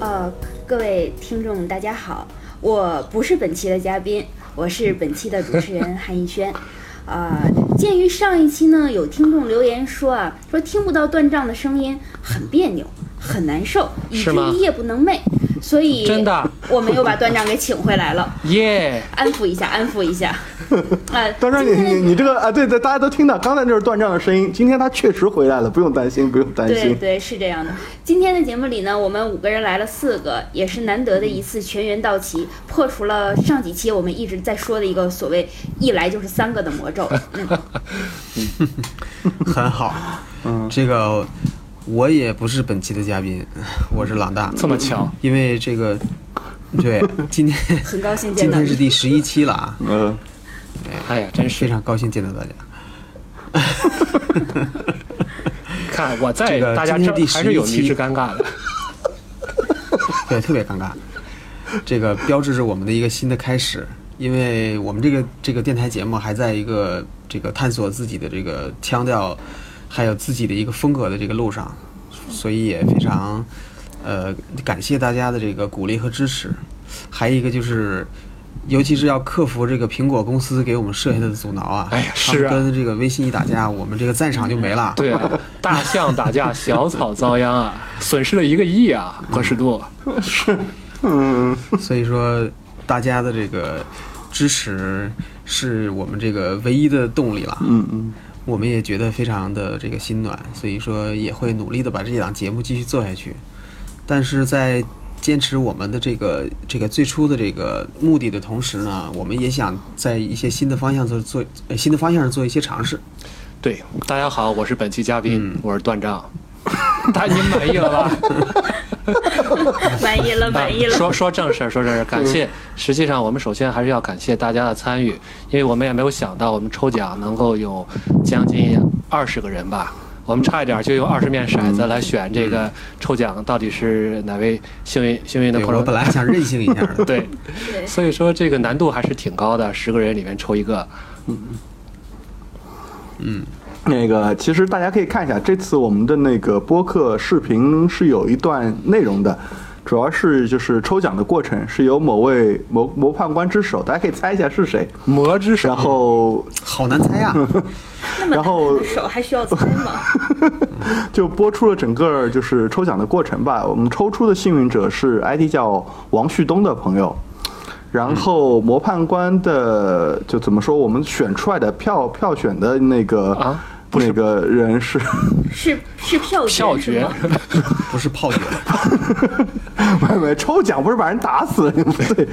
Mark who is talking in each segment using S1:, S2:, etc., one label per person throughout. S1: 呃，各位听众大家好，我不是本期的嘉宾，我是本期的主持人韩逸轩。啊、鉴于上一期呢，有听众留言说啊，说听不到断账的声音很别扭，很难受，以
S2: 是
S1: 至
S2: 吗
S1: 于夜不能寐，所以
S2: 真的，
S1: 我们又把断账给请回来了，
S2: 耶、
S1: 安抚一下，安抚一 下。啊，
S3: 段章，你
S1: 今天
S3: 你你这个啊，对对，大家都听到，刚才就是段章的声音。今天他确实回来了，不用担心，不用担
S1: 对
S3: 心。
S1: 对，是这样的。今天的节目里呢，我们五个人来了四个，也是难得的一次全员到齐，破除了上几期我们一直在说的一个所谓一来就是三个的魔 咒。嗯，
S4: 很好。嗯，这个我也不是本期的嘉宾， 我是老大。
S2: 这么巧，
S4: 因为这个，对，今 天
S1: 很高兴见
S4: 今
S1: 到
S4: 天是
S1: 你。
S4: 第十一期了啊，
S3: 嗯，
S2: 哎呀，真
S4: 非
S2: 是！
S4: 常高兴见到大家。
S2: 看我在
S4: 这个
S2: 大家
S4: 今
S2: 这
S4: 天第
S2: 还是有
S4: 11
S2: 迷
S4: 期
S2: 之尴尬的。
S4: 对，特别尴尬。这个标志着我们的一个新的开始，因为我们这个这个电台节目还在一个这个探索自己的这个腔调，还有自己的一个风格的这个路上，所以也非常呃感谢大家的这个鼓励和支持。还有一个就是，尤其是要克服这个苹果公司给我们设下的阻挠啊，
S2: 哎呀
S4: 他
S2: 是
S4: 们
S2: 啊
S4: 跟这个微信一打架，我们这个赞赏就没了。
S2: 对啊，大象打架，小草遭殃啊，损失了一个亿啊，格什度。
S4: 所以说，大家的这个支持是我们这个唯一的动力了。嗯嗯，我们也觉得非常的这个心暖，所以说也会努力的把这档节目继续做下去。但是在坚持我们的这个这个最初的这个目的的同时呢，我们也想在一些新的方向做做、呃新的方向上做一些尝试。
S2: 对，大家好，我是本期嘉宾，
S4: 嗯
S2: 我是段章。 大家您满意了吧？
S1: 满意了，满意
S2: 啊
S1: 了。
S2: 说说正事儿，说正事儿，感谢。实际上，我们首先还是要感谢大家的参与，因为我们也没有想到我们抽奖能够有将近二十个人吧。我们差一点就用二十面骰子来选这个抽奖到底是哪位幸运幸运的
S4: 对
S2: 朋
S4: 我
S2: 友，
S4: 本。来想任性一下的
S2: 对，
S1: 对，
S2: 所以说这个难度还是挺高的，十个人里面抽一个。
S3: 那个其实大家可以看一下，这次我们的那个播客视频是有一段内容的，主要是就是抽奖的过程，是由某位某某判官之手，大家可以猜一下是谁。
S2: 魔之
S3: 然后
S4: 好难猜啊！
S1: 那么
S3: 然后
S1: 大的手还需要猜 吗？
S3: 就播出了整个就是抽奖的过程吧。我们抽出的幸运者是 ID 叫王旭东的朋友，然后模判官的就怎么说，我们选出来的票票选的那个、
S2: 啊
S3: 那个人是
S1: 是是票
S2: 票
S1: 决是
S2: 决
S1: 吗？，
S4: 不是泡脚，
S3: 没有没有抽奖不是把人打死了，不对，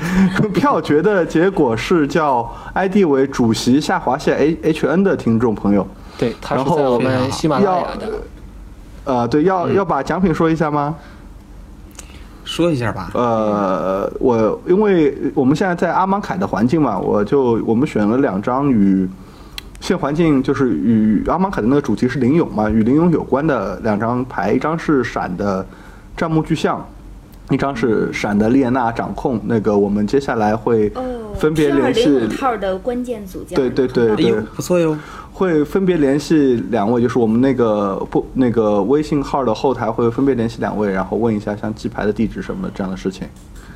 S3: 票决的结果是叫 ID 为主席下划线 H H N 的听众朋友，
S2: 对，他是
S3: 然后
S2: 在我们喜马拉
S3: 要
S2: 雅的。
S3: 呃对要、要把奖品说一下吗？
S4: 说一下吧。
S3: 呃，我因为我们现在在阿芒凯的环境嘛，我就我们选了两张与现环境就是与阿芒凯的那个主题是灵勇嘛，与灵勇有关的两张牌，一张是闪的战木巨像，一张是闪的列娜掌控。那个我们接下来会
S1: 哦，
S3: 分别联系，
S1: 零五套的关键组件。
S3: 对对对
S4: 哎呦，不错哟。
S3: 会分别联系两位，就是我们那个不那个微信号的后台会分别联系两位，然后问一下像记牌的地址什么这样的事情。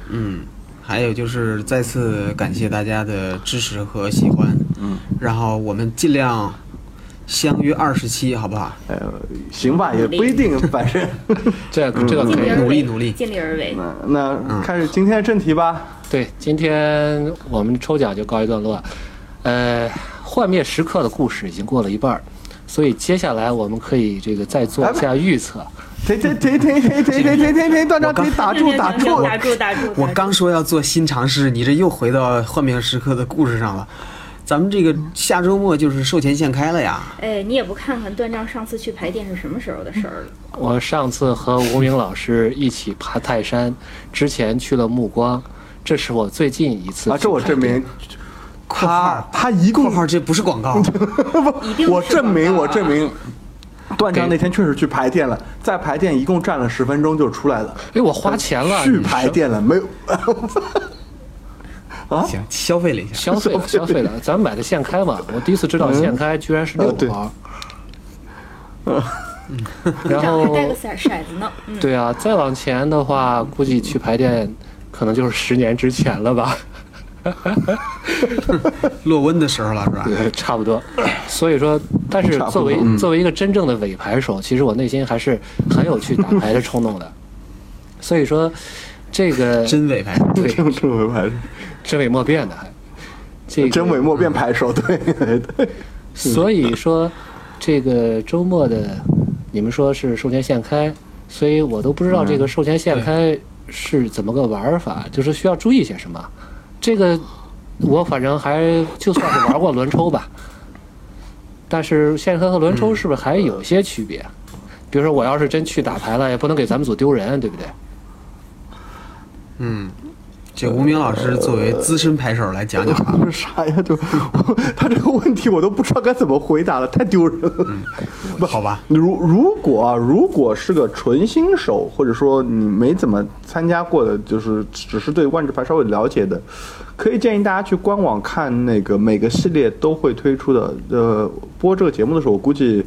S4: 嗯，还有就是再次感谢大家的支持和喜欢，嗯，然后我们尽量相约二十期，好不好？
S3: 呃，行吧，也不一定，反正。
S2: 这个这个可
S1: 尽力
S2: 以
S1: 而。为
S4: 努力努力
S1: 尽力而为。
S3: 那嗯那开始今天的正题吧。
S2: 对，今天我们抽奖就告一段落。呃，幻灭时刻的故事已经过了一半儿，所以接下来我们可以这个再做一下预测。
S3: 停停停停停停停停停停，段长，停打住打住！
S1: 打住打住！
S4: 我刚说要做新尝试，你这又回到幻灭时刻的故事上了。咱们这个下周末就是售前限开了呀，
S1: 哎，你也不看看段章上次去排店是什么时候的事儿了？
S2: 我上次和吴明老师一起爬泰山，之前去了目光，这是我最近一次。
S3: 啊，这我证明。，他他一
S4: 括
S3: 共
S4: 号这不是广告，
S1: 一定是
S3: 我证明我证明，段
S2: 给
S3: 章那天确实去排练了，在排练一共站了十分钟就出来了，
S2: 哎，我花钱了，
S3: 去
S2: 你
S3: 排
S2: 说
S3: 练 了没有？啊
S4: 行，消费了一下。
S2: 消费了，消费 了，
S3: 嗯
S2: 咱们买的现开嘛。我第一次知道现开居然是六
S1: 嗯
S3: 啊对
S2: 毛，
S4: 嗯
S2: 然
S1: 上
S2: 后
S1: 还带个 骰骰子呢，嗯，
S2: 对啊，再往前的话，估计去排练可能就是十年之前了吧，
S4: 落温的时候了是吧？
S2: 差不多。所以说，但是
S3: 差不多
S2: 作为
S3: 嗯
S2: 作为一个真正的尾牌手，其实我内心还是很有去打牌的冲动的。所以说，这个
S4: 真尾牌，
S2: 对
S3: 真真伪牌，
S2: 真伪莫辨的，还这个
S3: 真伪莫辨牌手，对对对，
S2: 所以说，这个周末的，你们说是授权现开，所以我都不知道这个授权现开是怎么个玩法，就是需要注意些什么。这个我反正还就算是玩过轮抽吧，但是现开和轮抽是不是还有些区别？比如说我要是真去打牌了，也不能给咱们组丢人，对不对？
S4: 嗯，这吴明老师作为资深牌手来讲讲啊吧。
S3: 这是啥呀？就 他这个问题我都不知道该怎么回答了，太丢人了。
S2: 嗯
S4: 不好吧？
S3: 如如果啊如果是个纯新手，或者说你没怎么参加过的，就是只是对万智牌稍微了解的，可以建议大家去官网看那个每个系列都会推出的。呃，播这个节目的时候，我估计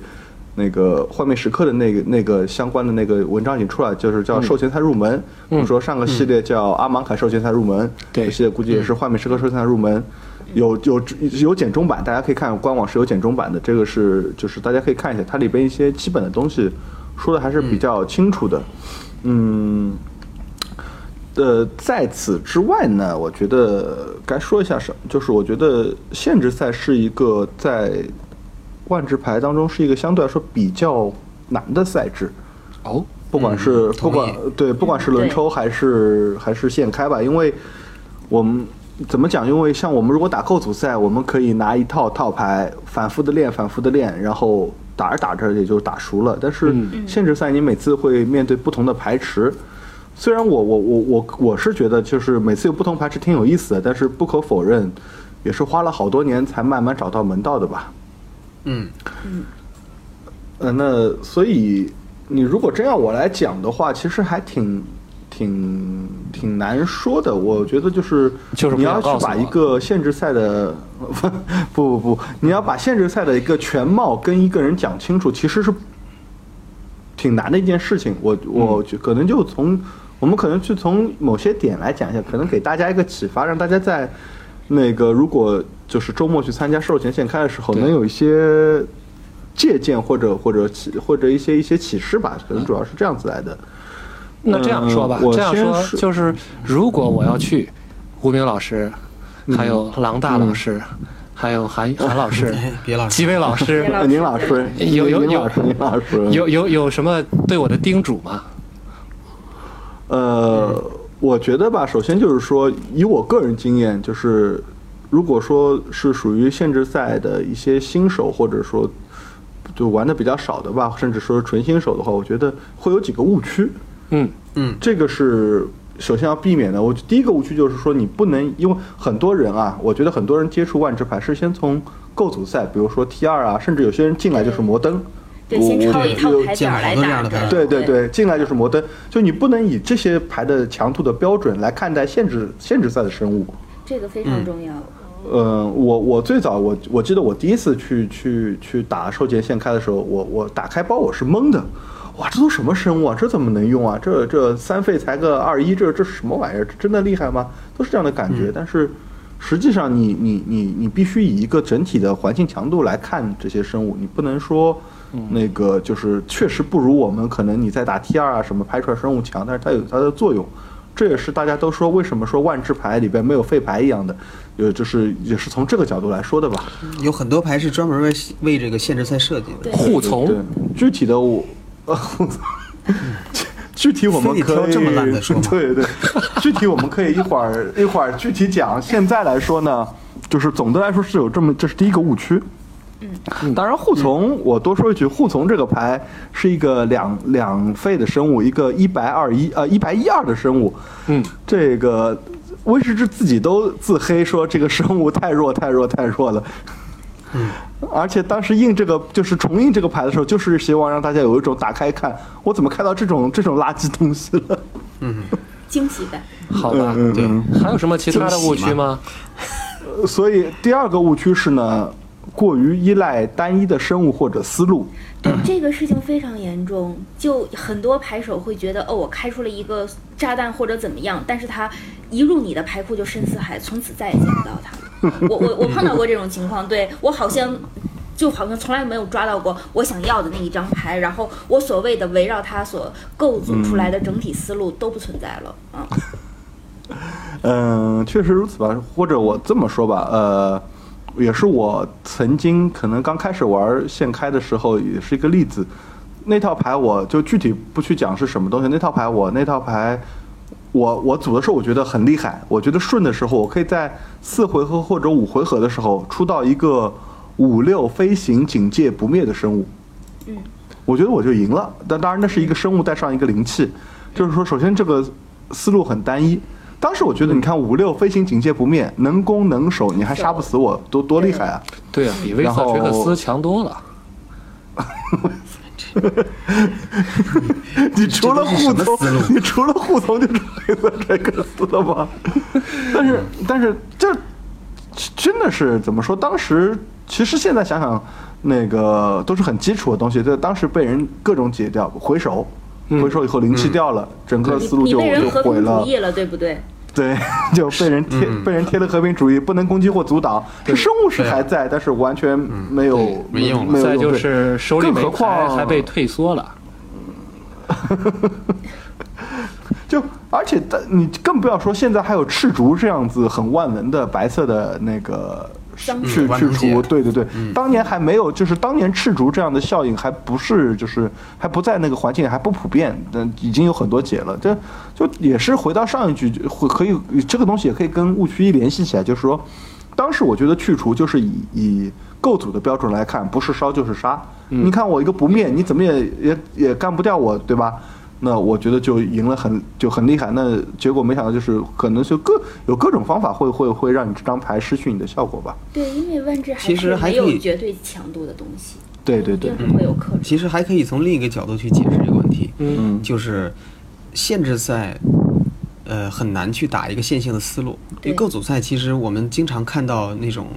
S3: 那个幻灭时刻的那个那个相关的那个文章已经出来，就是叫授权赛入门。比如说上个系列叫阿芒凯授权赛入门，
S2: 对
S3: 这系列估计也是幻灭时刻授权赛入门。有有有简中版，大家可以看官网是有简中版的，这个是就是大家可以看一下，它里边一些基本的东西说的还是比较清楚的，嗯，呃，在此之外呢，我觉得该说一下什么，就是我觉得限制赛是一个在万智牌当中是一个相对来说比较难的赛制，
S2: 哦，
S3: 不管是、不
S4: 嗯同意
S3: 管对，不管是轮抽还是还是现开吧，因为我们怎么讲？因为像我们如果打构组赛，我们可以拿一套套牌反复的练，反复的练，然后打着打着也就打熟了。但
S4: 嗯
S3: 是限制赛，你每次会面对不同的牌池。虽然我我我我我是觉得就是每次有不同牌池挺有意思的，但是不可否认，也是花了好多年才慢慢找到门道的吧。
S4: 嗯，
S3: 呃，那所以你如果真要我来讲的话，其实还挺挺挺难说的。我觉得就是
S2: 就是不
S3: 你
S2: 想
S3: 要去
S2: 告诉
S3: 把
S2: 我
S3: 一个限制赛的 不不不，你要把限制赛的一个全貌跟一个人讲清楚，其实是挺难的一件事情。我我就可能就从我们可能去从某些点来讲一下，可能给大家一个启发，让大家在那个如果就是周末去参加售前现开的时候，
S2: 对
S3: 能有一些借鉴或者或者启或者一些一些启示吧，可能主要是这样子来的。
S2: 那这样说吧，
S3: 嗯我
S2: 这样
S3: 先
S2: 说
S3: 说
S2: 就是，如果我要去，吴明老师，
S3: 嗯
S2: 还有郎大老师，还有 韩韩老师
S4: 哎，别老
S2: 几位老师
S1: 别，老
S3: 呃宁老师，
S2: 有有
S3: 宁
S2: 有
S3: 老师，宁老师，
S2: 有有有什么对我的叮嘱吗？
S3: 呃，我觉得吧，首先就是说，以我个人经验，就是如果说是属于限制赛的一些新手，或者说就玩的比较少的吧，甚至说是纯新手的话，我觉得会有几个误区。
S2: 嗯，
S4: 嗯，
S3: 这个是首先要避免的。我第一个误区就是说，你不能因为很多人啊，我觉得很多人接触万智牌是先从构组赛，比如说 T 二啊，甚至有些人进来就是摩登。
S1: 对，
S3: 我
S1: 先
S3: 我
S1: 抄一套牌表来
S4: 见过好多这
S1: 打
S4: 样的牌
S1: 的，
S3: 对对，对，进来就是摩登，就你不能以这些牌的强度的标准来看待限制限制赛的生物。
S1: 这个非
S3: 嗯
S1: 常重要。
S3: 呃，我我最早我我记得我第一次去去去打兽界现开的时候，我我打开包我是懵的，哇，这都什么生物啊？这怎么能用啊？这这三费才个二一，这这是什么玩意儿？这真的厉害吗？都是这样的感觉。但是实际上你，你你你必须以一个整体的环境强度来看这些生物，你不能说那个就是确实不如我们可能你在打 T 二啊什么拍出来生物强，但是它有它的作用。这也是大家都说为什么说万智牌里边没有废牌一样的，呃，就是也是从这个角度来说的吧。
S4: 有很多牌是专门为为这个限制赛设计的
S1: 对。
S2: 护
S3: 对
S2: 从，，
S3: 具体的我， 呃，具具体我们
S4: 非得
S3: 可
S4: 挑
S3: 以
S4: 这么 烂的说吗
S3: 对对，具体我们可以一会儿 一会儿具体讲。现在来说呢，就是总的来说是有这么，这是第一个误区。
S4: 嗯
S3: 当然，护从我多说一句，护从这个牌是一个两两费的生物，一个一白二一呃一白一二的生物。
S2: 嗯，
S3: 这个威士忌自己都自黑说这个生物太弱太弱太弱了。而且当时印这个就是重印这个牌的时候，就是希望让大家有一种打开看，我怎么看到这种这种垃圾东西了？
S1: 惊喜感，
S2: 好吧？
S3: 嗯
S4: 对，
S2: 还有什么其他的误区吗？
S3: 所以第二个误区是呢，过于依赖单一的生物或者思路。
S1: 对这个事情非常严重，就很多牌手会觉得，哦，我开出了一个炸弹或者怎么样，但是他一入你的牌库就深似海，从此再也见不到他了。我我我碰到过这种情况，对我好像就好像从来没有抓到过我想要的那一张牌，然后我所谓的围绕它所构筑出来的整体思路都不存在了。嗯，
S3: 嗯，确实如此吧。或者我这么说吧，呃，也是我曾经可能刚开始玩现开的时候，也是一个例子。那套牌我就具体不去讲是什么东西。那套牌我那套牌，我我组的时候我觉得很厉害，我觉得顺的时候，我可以在四回合或者五回合的时候出到一个五六飞行警戒不灭的生物。
S1: 嗯，
S3: 我觉得我就赢了。但当然那是一个生物带上一个灵气，就是说首先这个思路很单一。当时我觉得，你看五六飞行警戒不灭，能攻能守，你还杀不死我，多多厉害啊！
S2: 对啊，比威斯特
S3: 然后
S2: 菲克斯强多了。
S3: 你除了护
S4: 这都是什么
S3: 从
S4: 思路，
S3: 你除了护从就是黑色这个思了吗？ 但是，但是这真的是怎么说？当时其实现在想想，那个都是很基础的东西，在当时被人各种解掉，回手，回手以后灵气掉了，整个
S1: 你
S3: 思路
S1: 你
S3: 就
S1: 被人
S3: 就
S1: 和
S3: 毁
S1: 平
S3: 了
S1: 主。义了，对不对？
S3: 对， 就被人贴、
S4: 嗯
S3: 被人贴了和平主义，不能攻击或阻挡。这生物是还在，但是完全没有、
S4: 嗯对没用了
S3: 没有
S2: 再
S3: 用
S2: 就
S3: 对
S2: 是手里
S3: 更
S2: 没
S3: 何
S2: 牌，
S3: 况
S2: 还被退缩了。
S3: 就而且但你更不要说现在还有赤竹这样子很万能的白色的那个
S1: 香烛
S3: 赤赤
S4: 嗯万
S3: 赤
S4: 能
S3: 竹，
S4: 节
S3: 对对对，当年还没有，就是当年赤竹这样的效应还不是就是还不在那个环境还不普遍，但已经有很多解了。这就也是回到上一句，就会可以这个东西也可以跟误区一联系起来，就是说，当时我觉得去除就是以以构组的标准来看，不是烧就是杀。你看我一个不灭，你怎么也也也干不掉我，对吧？那我觉得就赢了很就很厉害。那结果没想到就是可能就各有各种方法会会会让你这张牌失去你的效果吧。
S1: 对，因为万智还
S4: 其实
S1: 是
S4: 还
S1: 没
S4: 可以
S1: 有绝对强度的东西，
S3: 对对对
S1: 一，定是会有克制。
S4: 其实还可以从另一个角度去解释这个问题，
S3: 嗯
S4: 就是限制赛，呃，很难去打一个线性的思路。因
S1: 对
S4: 为构组赛其实我们经常看到那种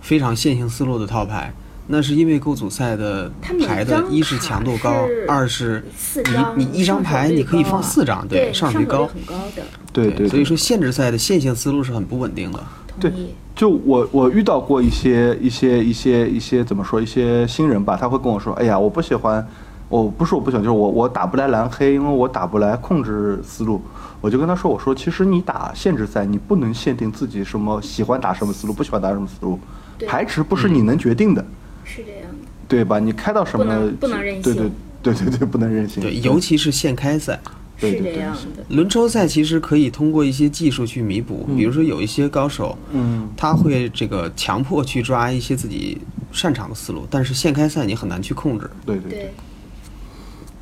S4: 非常线性思路的套牌，那是因为构组赛的
S1: 它每
S4: 牌的
S1: 张
S4: 一是
S1: 卡
S4: 强度高
S1: 是，
S4: 二是
S1: 四张
S4: 你你一张
S1: 上手
S4: 牌
S1: 率
S4: 你可以
S1: 高啊
S4: 放四张，
S1: 对，
S4: 上
S1: 手
S4: 手率高，
S1: 很高的，
S3: 对对，
S4: 所以说限制赛的线性思路是很不稳定的。
S1: 同
S3: 对
S1: 意。，
S3: 就我我遇到过一些一些一些一些怎么说一些新人吧，他会跟我说，哎呀，我不喜欢，我不是我不喜欢，就是我我打不来蓝黑，因为我打不来控制思路。我就跟他说，我说其实你打限制赛，你不能限定自己什么喜欢打什么思路，不喜欢打什么思路，
S1: 对
S3: 排值不是你能决定的，
S1: 是这样的，
S3: 对吧？你开到什么
S1: 不能不能任性
S3: 对对对对对，不能任性。
S4: 对，尤其是现开赛，
S3: 对
S1: 是
S3: 对
S1: 这
S3: 对
S1: 样
S3: 是
S1: 的。
S4: 轮抽赛其实可以通过一些技术去弥补，比如说有一些高手，
S3: 嗯，
S4: 他会这个强迫去抓一些自己擅长的思路，但是现开赛你很难去控制。
S3: 对对对。
S1: 对，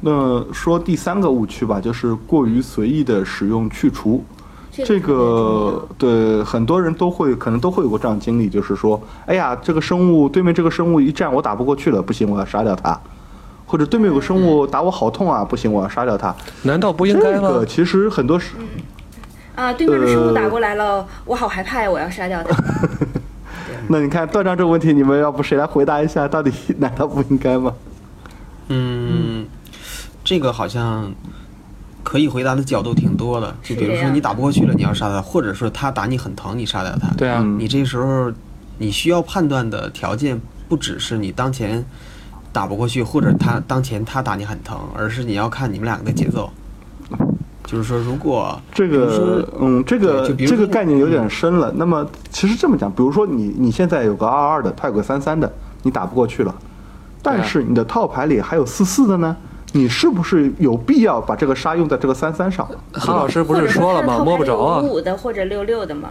S3: 那说第三个误区吧，就是过于随意的使用去除。这
S1: 这
S3: 个
S1: 个
S3: 对很多人都会，可能都会有过这样的经历，就是说，哎呀，这个生物对面这个生物一战我打不过去了，不行，我要杀掉它，或者对面有个生
S1: 嗯
S3: 物打我好痛啊，不行，我要杀掉它。
S2: 难道不
S3: 这
S2: 应该吗
S3: 个？其实很多时，
S1: 啊，对面的生物打
S3: 呃
S1: 过来了，我好害怕呀，我要杀 掉它。嗯
S3: 那你看断章这个问题，你们要不谁来回答一下，到底 难道不应该吗？
S4: 嗯，这个好像可以回答的角度挺多的，就是比如
S1: 这
S4: 说
S1: 样
S4: 你打不过去了，你要杀他，或者说他打你很疼，你杀掉他。
S2: 对啊，
S4: 你这时候你需要判断的条件不只是你当前打不过去，或者他当前他打你很疼，而是你要看你们两个的节奏。就是说，如果
S3: 这
S4: 比如
S3: 个
S4: 说，
S3: 嗯，这个
S4: 对就比如
S3: 这
S4: 说嗯
S3: 个概念有点深了。那么其实这么讲，比如说你你现在有个二二的，他有个三三的，你打不过去了，
S4: 啊
S3: 但是你的套牌里还有四四的呢，你是不是有必要把这个杀用在这个三三上？
S2: 韩老师不
S1: 或
S2: 是
S1: 者
S2: 说了
S1: 他
S2: 吗？
S1: 套
S2: 摸不
S1: 牌
S2: 着啊
S1: 有。五五的或者六六的嘛，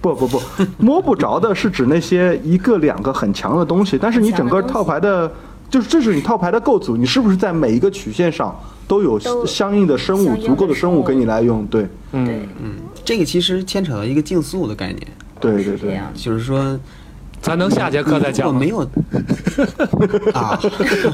S3: 不不不，摸不着的是指那些一个两个很强的东西，但是你整个套牌的，就是这是你套牌的构组，你是不是在每一个曲线上都有
S1: 都
S3: 相应的生
S1: 相
S3: 物，
S1: 应的
S3: 足够的生物
S1: 生物
S3: 给你来用？对，
S4: 嗯
S1: 对，
S4: 这个其实牵扯到一个竞速的概念，
S3: 对对
S1: 是这
S3: 对。
S1: 样的。
S4: 就是说，
S2: 咱能下节课再
S4: 我
S2: 讲吗
S4: 没？ 有啊，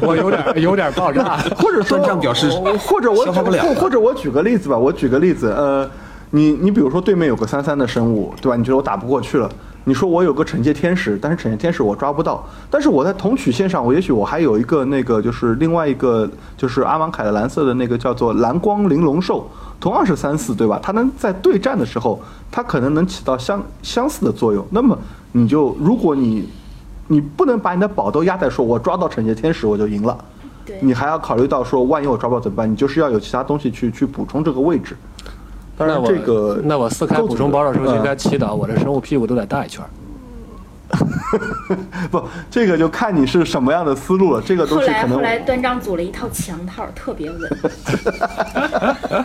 S2: 我有点有点爆炸。
S3: 或者说
S4: 断账表示
S3: 我或者我
S4: 消化不了
S3: 或或者我举个例子吧，我举个例子，呃，你你比如说对面有个三三的生物，对吧？你觉得我打不过去了，你说我有个惩戒天使，但是惩戒天使我抓不到，但是我在同曲线上，我也许我还有一个那个就是另外一个就是阿芒凯的蓝色的那个叫做蓝光玲珑兽，同样是三四对吧？它能在对战的时候，它可能能起到相相似的作用。那么你就如果你你不能把你的宝都压在说我抓到惩戒天使我就赢了，
S1: 对，
S3: 你还要考虑到说万一我抓不到怎么办？你就是要有其他东西去去补充这个位置。当
S2: 那
S3: 然
S2: 我
S3: 这个
S2: 那我撕开
S3: 构
S2: 补
S3: 筑
S2: 充包的时候，就应该
S3: 嗯
S2: 祈祷我的生物屁股都得大一圈儿。
S3: 不，这个就看你是什么样的思路了。这个
S1: 后
S3: 东西
S1: 来
S3: 可能
S1: 后来端章组了一套墙套，特别稳。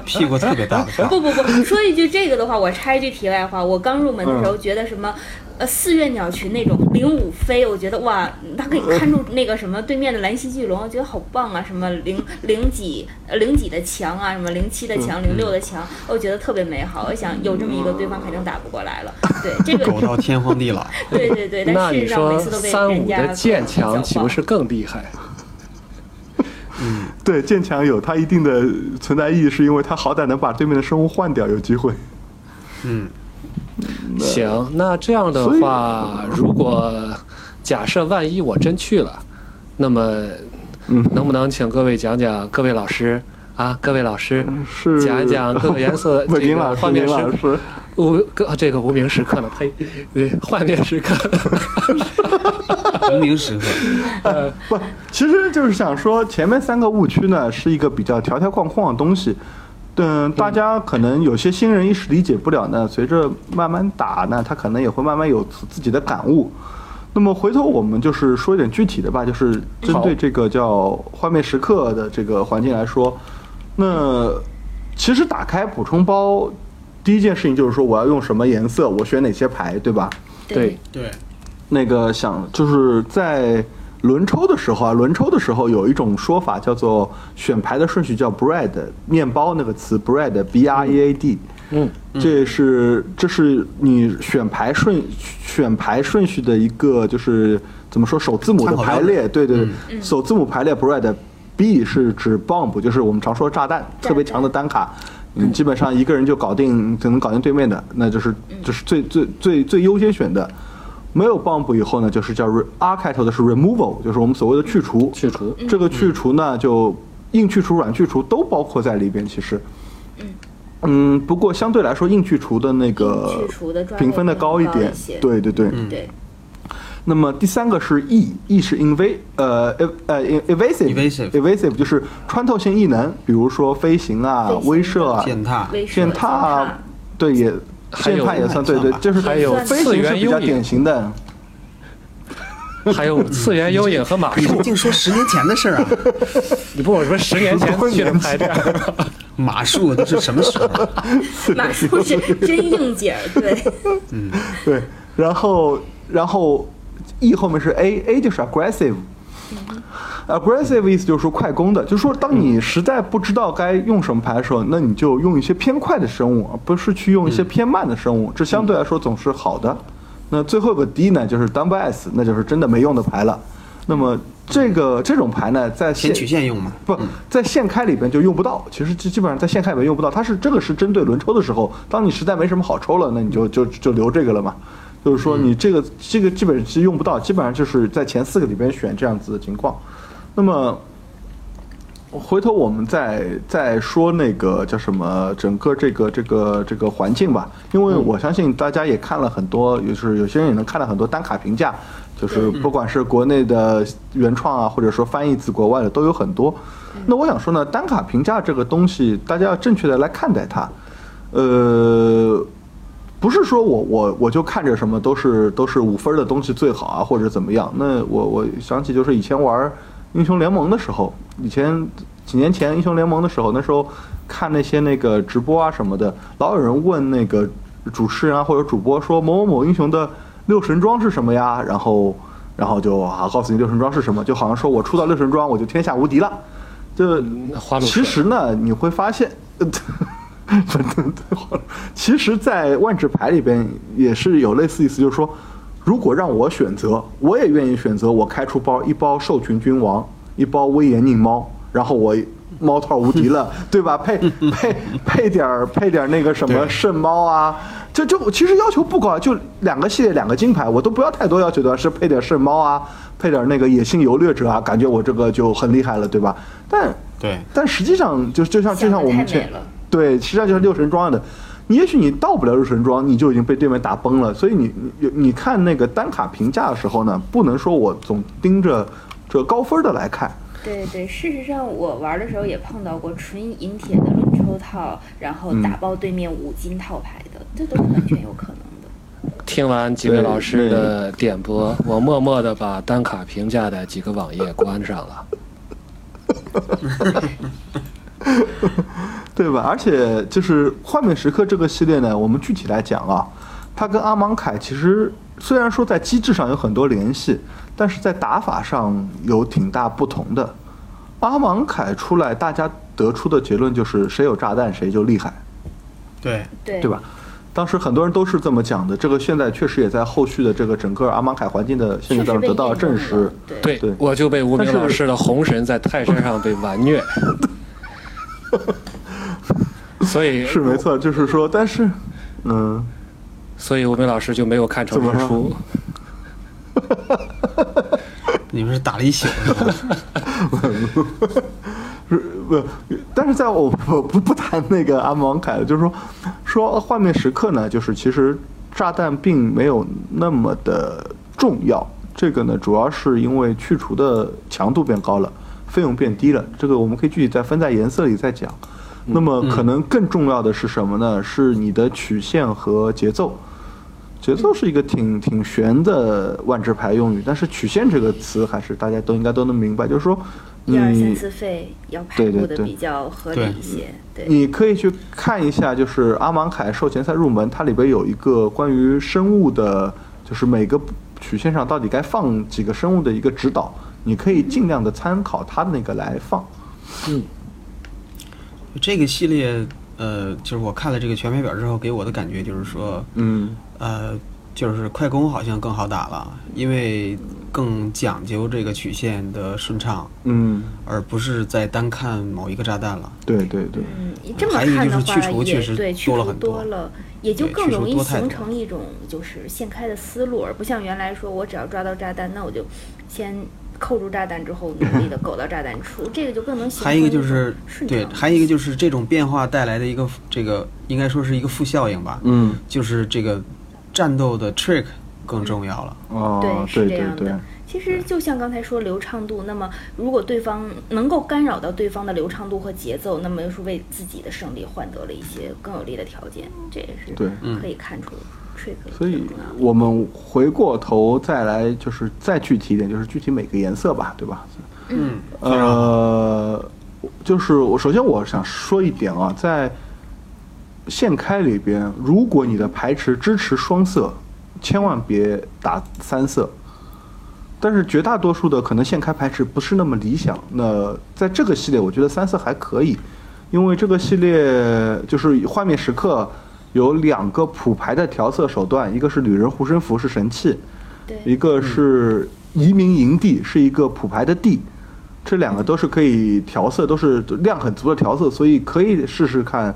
S4: 屁股特别大的
S1: 不不不，说一句这个的话，我插一句题外话，我刚入门的时候觉得什么。呃，四月鸟群那种零五飞，我觉得哇，它可以看住那个什么对面的蓝溪巨龙，我觉得好棒啊！什么零零几呃零几的墙啊，什么零七的墙、零六的墙，我觉得特别美好。我想有这么一个对方肯定打不过来了。对这个，
S4: 狗到天荒地老。
S1: 对对对，但
S2: 那
S1: 事实
S2: 你
S1: 上每
S2: 说
S1: 次都被
S2: 三
S1: 人
S2: 五
S1: 家
S2: 的剑
S1: 搞
S2: 强
S1: 爆
S2: 岂不是更厉害？
S3: 对渐强有它一定的存在意义，是因为它好歹能把对面的生物换掉，有机会。
S4: 嗯，
S2: 行，那这样的
S3: 嗯所以
S2: 话，如果假设万一我真去了，那么
S3: 嗯，
S2: 能不能请各位讲讲各位老师啊，各位老师
S3: 嗯是
S2: 讲一讲各个颜 色
S3: 不
S2: 呃这
S3: 林
S2: 个
S3: 老师，
S2: 画面
S3: 林老
S2: 时
S3: 师，
S2: 无个这个无名时刻了，呸， 对，幻灭时刻。
S4: 无名时刻，
S3: 不，其实就是想说，前面三个误区呢是一个比较条条框框的东西。嗯，大家可能有些新人一时理解不了呢，随着慢慢打呢，他可能也会慢慢有自己的感悟。那么回头我们就是说一点具体的吧，就是针对这个叫幻灭时刻的这个环境来说，那其实打开补充包，第一件事情就是说我要用什么颜色，我选哪些牌，对吧？
S2: 对，
S4: 对，
S3: 那个想就是在轮抽的时候啊，轮抽的时候有一种说法叫做选牌的顺序叫 bread 面包那个词 bread b r e a d，
S2: 嗯，
S3: 这是这是你选牌顺选牌顺序的一个就是怎么说首字母的
S4: 参考标
S3: 排
S4: 准
S3: 列，对对对，首字母排列 bread b 是指 bomb，就是我们常说的炸弹，特别强的单卡。你基本上一个人就搞定，就能搞定对面的，那就是
S1: 嗯
S3: 就是最最最最优先选的。没有 bomb 以后呢，就是叫 re- R 开头的是 removal，就是我们所谓的去除。
S2: 去除
S1: 嗯
S2: 嗯
S3: 这个去除呢，就硬去除、软去除都包括在里边。其实，嗯，不过相对来说，硬去除的那
S1: 硬
S3: 个
S1: 去除的抓
S3: 评分的
S1: 位
S3: 高一
S1: 更高
S3: 点
S1: 一些。
S3: 对对对。
S2: 嗯
S1: 对
S3: 那么第三个是 E，E 是 inv 呃呃呃 evasive
S4: Evasive
S3: evasive 就是穿透性异能，比如说飞行啊
S1: 飞、行
S3: 威慑啊、
S4: 践踏，
S1: 微
S3: 践
S1: 射
S3: 踏
S1: 践
S3: 啊，对也
S2: 还有
S3: 践踏也算
S4: 还
S3: 对
S4: 有
S3: 对，就是
S2: 还有
S3: 飞
S2: 次
S3: 行是
S2: 元
S3: 比
S2: 幽
S3: 较
S2: 影
S3: 典型的。
S2: 还有次 元幽影和马
S4: 你
S2: 术
S4: 哎这，净说十年前的事儿 啊！
S2: 你不我说十年 前去的拍照，
S4: 马术都是什么时候？啊
S1: 马术是真应景儿，对。
S3: 对，然后然后 E 后面是 A，A 就是 aggressive。aggressive 意思就是说快攻的，就是说当你实在不知道该用什么牌的时候，那你就用一些偏快的生物，而不是去用
S4: 嗯
S3: 一些偏慢的生物，这相对来说总是好的。那最后一个 D 呢，就是 dumb s，那就是真的没用的牌了。那么这个这种牌呢，在
S4: 前
S3: 现
S4: 曲线用嘛？
S3: 不在现开里边就用不到，其实基基本上在现开里边用不到，它是这个是针对轮抽的时候，当你实在没什么好抽了，那你就就就留这个了嘛。就是说你这个这个基本是用不到，基本上就是在前四个里边选这样子的情况。那么回头我们再再说那个叫什么，整个这个这个这个环境吧，因为我相信大家也看了很多，就是有些人也能看到很多单卡评价，就是不管是国内的原创啊，或者说翻译自国外的都有很多。那我想说呢，单卡评价这个东西，大家要正确的来看待它，呃。不是说我我我就看着什么都是都是五分儿的东西最好啊，或者怎么样？那我我想起就是以前玩英雄联盟的时候，以前几年前英雄联盟的时候，那时候看那些那个直播啊什么的，老有人问那个主持人啊或者主播说某某某英雄的六神装是什么呀？然后然后就啊告诉你六神装是什么，就好像说我出到六神装我就天下无敌了。这
S2: 花露水
S3: 其实呢，你会发现， 呃其实，在万智牌里边也是有类似意思，就是说，如果让我选择，我也愿意选择我开出包一包兽群君王，一包威严宁猫，然后我猫套无敌了，对吧？配配配点儿配点儿那个什么
S4: 对
S3: 圣猫啊，这就其实要求不高，就两个系列两个金牌，我都不要太多要求的，是配点圣猫啊，配点那个野性游掠者啊，感觉我这个就很厉害了，对吧？但
S4: 对，
S3: 但实际上就就像就
S1: 想的
S3: 像我
S1: 太美
S3: 们前
S1: 了。
S3: 对，实际上就是六神庄的。你也许你到不了六神庄，你就已经被对面打崩了。所以你你你看那个单卡评价的时候呢，不能说我总盯着这个高分的来看。
S1: 对对，事实上我玩的时候也碰到过纯银铁的轮抽套，然后
S3: 嗯
S1: 打爆对面五金套牌的，这都是完全有可能的。
S2: 听完几位老师的点播，我默默的把单卡评价的几个网页关上了。
S3: 对吧？而且就是《幻灭时刻》这个系列呢，我们具体来讲啊，它跟阿芒凯其实虽然说在机制上有很多联系，但是在打法上有挺大不同的。阿芒凯出来，大家得出的结论就是谁有炸弹谁就厉害，
S4: 对，
S1: 对
S3: 对？吧？当时很多人都是这么讲的，这个现在确实也在后续的这个整个阿芒凯环境的现
S1: 确
S3: 象
S1: 实
S3: 当
S1: 被
S3: 中得到了
S1: 验证
S3: 证
S1: 了
S3: 实。
S1: 对
S2: 对
S3: 对，
S2: 我就被无
S3: 但
S2: 名
S3: 是
S2: 老师的红神在泰山上被完虐，所以
S3: 是没错，就是说，但是， 嗯，
S2: 所以无名老师就没有看成
S3: 怎么
S2: 这
S3: 说
S2: 书。
S4: 你们是打了一宿是吧？
S3: 是不，但是在我不不不谈那个阿芒凯了，就是说说画面时刻呢，就是其实炸弹并没有那么的重要，这个呢主要是因为去除的强度变高了，费用变低了，这个我们可以具体再分在颜色里再讲。那么可能更重要的是什么呢？是你的曲线和节奏。节奏是一个挺挺玄的万智牌用语，但是曲线这个词还是大家都应该都能明白，就是说
S1: 一
S3: 你
S1: 二三四费要排
S3: 嗯对对
S1: 布的
S3: 对嗯
S1: 比较合
S4: 对
S1: 理一些，对
S3: 你可以去看一下，就是阿芒凯售前赛入门，它里边有一个关于生物的，就是每个曲线上到底该放几个生物的一个指导，你可以尽量的参考它的那个来放。
S4: 这个系列，呃，就是我看了这个全排表之后，给我的感觉就是说，
S3: 嗯，
S4: 呃，就是快攻好像更好打了，因为更讲究这个曲线的顺畅，
S3: 嗯，
S4: 而不是再单看某一个炸弹了。
S3: 对对对，
S1: 嗯，你这么
S4: 还有一个
S1: 看的
S4: 就是
S1: 话，
S4: 去
S1: 也
S4: 除确实
S1: 对，去
S4: 多了
S1: 除
S4: 很多
S1: 多了，也就
S4: 对
S1: 更
S4: 去除
S1: 容易
S4: 多太
S1: 形
S4: 多
S1: 成一种就是现开的思路，而不像原来说我只要抓到炸弹，那我就先扣住炸弹之后努 力的苟到炸弹处，这个就更能形
S4: 还
S1: 成
S4: 有一个
S1: 种
S4: 就是
S1: 顺
S4: 对，
S1: 畅
S4: 还有一个就是这种变化带来的一个这个应该说是一个负效应吧，
S3: 嗯，
S4: 就是这个战斗的 trick 更重要了。
S3: 哦，
S1: 是这
S3: 对对
S1: 样
S3: 对
S1: 的，。其实就像刚才说流畅度，那么如果对方能够干扰到对方的流畅度和节奏，那么又是为自己的胜利换得了一些更有利的条件，这也是
S3: 对
S4: 嗯
S1: 可以看出 trick 的
S3: 所以
S1: 重要
S3: 我们回过头再来，就是再具体一点，就是具体每个颜色吧，对吧？
S4: 嗯，
S3: 呃，就是我首先我想说一点啊，在现开里边，如果你的牌池支持双色，千万别打三色。但是绝大多数的可能现开牌池不是那么理想。那在这个系列，我觉得三色还可以，因为这个系列就是画面时刻有两个普牌的调色手段，一个是旅人护身符是神器，
S1: 对，
S3: 一个是移民营地，是一个普牌的地，这两个都是可以调色，都是量很足的调色，所以可以试试看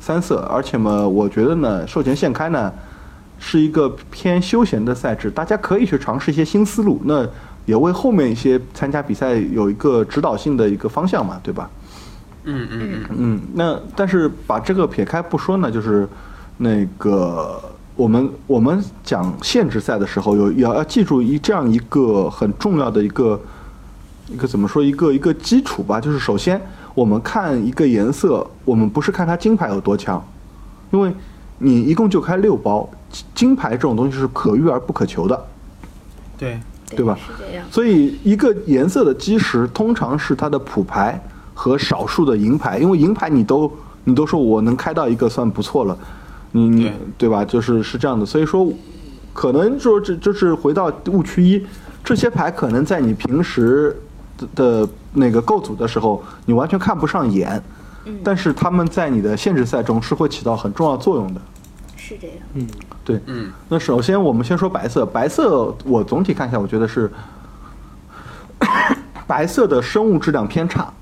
S3: 三色。而且嘛，我觉得呢，授权现开呢是一个偏休闲的赛制，大家可以去尝试一些新思路，那也为后面一些参加比赛有一个指导性的一个方向嘛，对吧？
S4: 嗯嗯嗯，
S3: 嗯，那但是把这个撇开不说呢，就是那个我们我们讲限制赛的时候，有要要记住一这样一个很重要的一个一个怎么说一个一个基础吧，就是首先我们看一个颜色，我们不是看它金牌有多强，因为你一共就开六包，金金牌这种东西是可遇而不可求的。
S4: 对，
S3: 对吧
S1: 是这样。
S3: 所以一个颜色的基石通常是它的普牌和少数的银牌，因为银牌你都你都说我能开到一个算不错了，你你
S4: 对
S3: 对吧？就是是这样的，所以说可能说这就是回到误区一，这些牌可能在你平时的的那个构组的时候，你完全看不上眼，但是他们在你的限制赛中是会起到很重要作用的。
S1: 是这样，
S3: 对，
S4: 嗯，
S3: 那首先我们先说白色，白色我总体看一下，我觉得是 白色的生物质量偏差。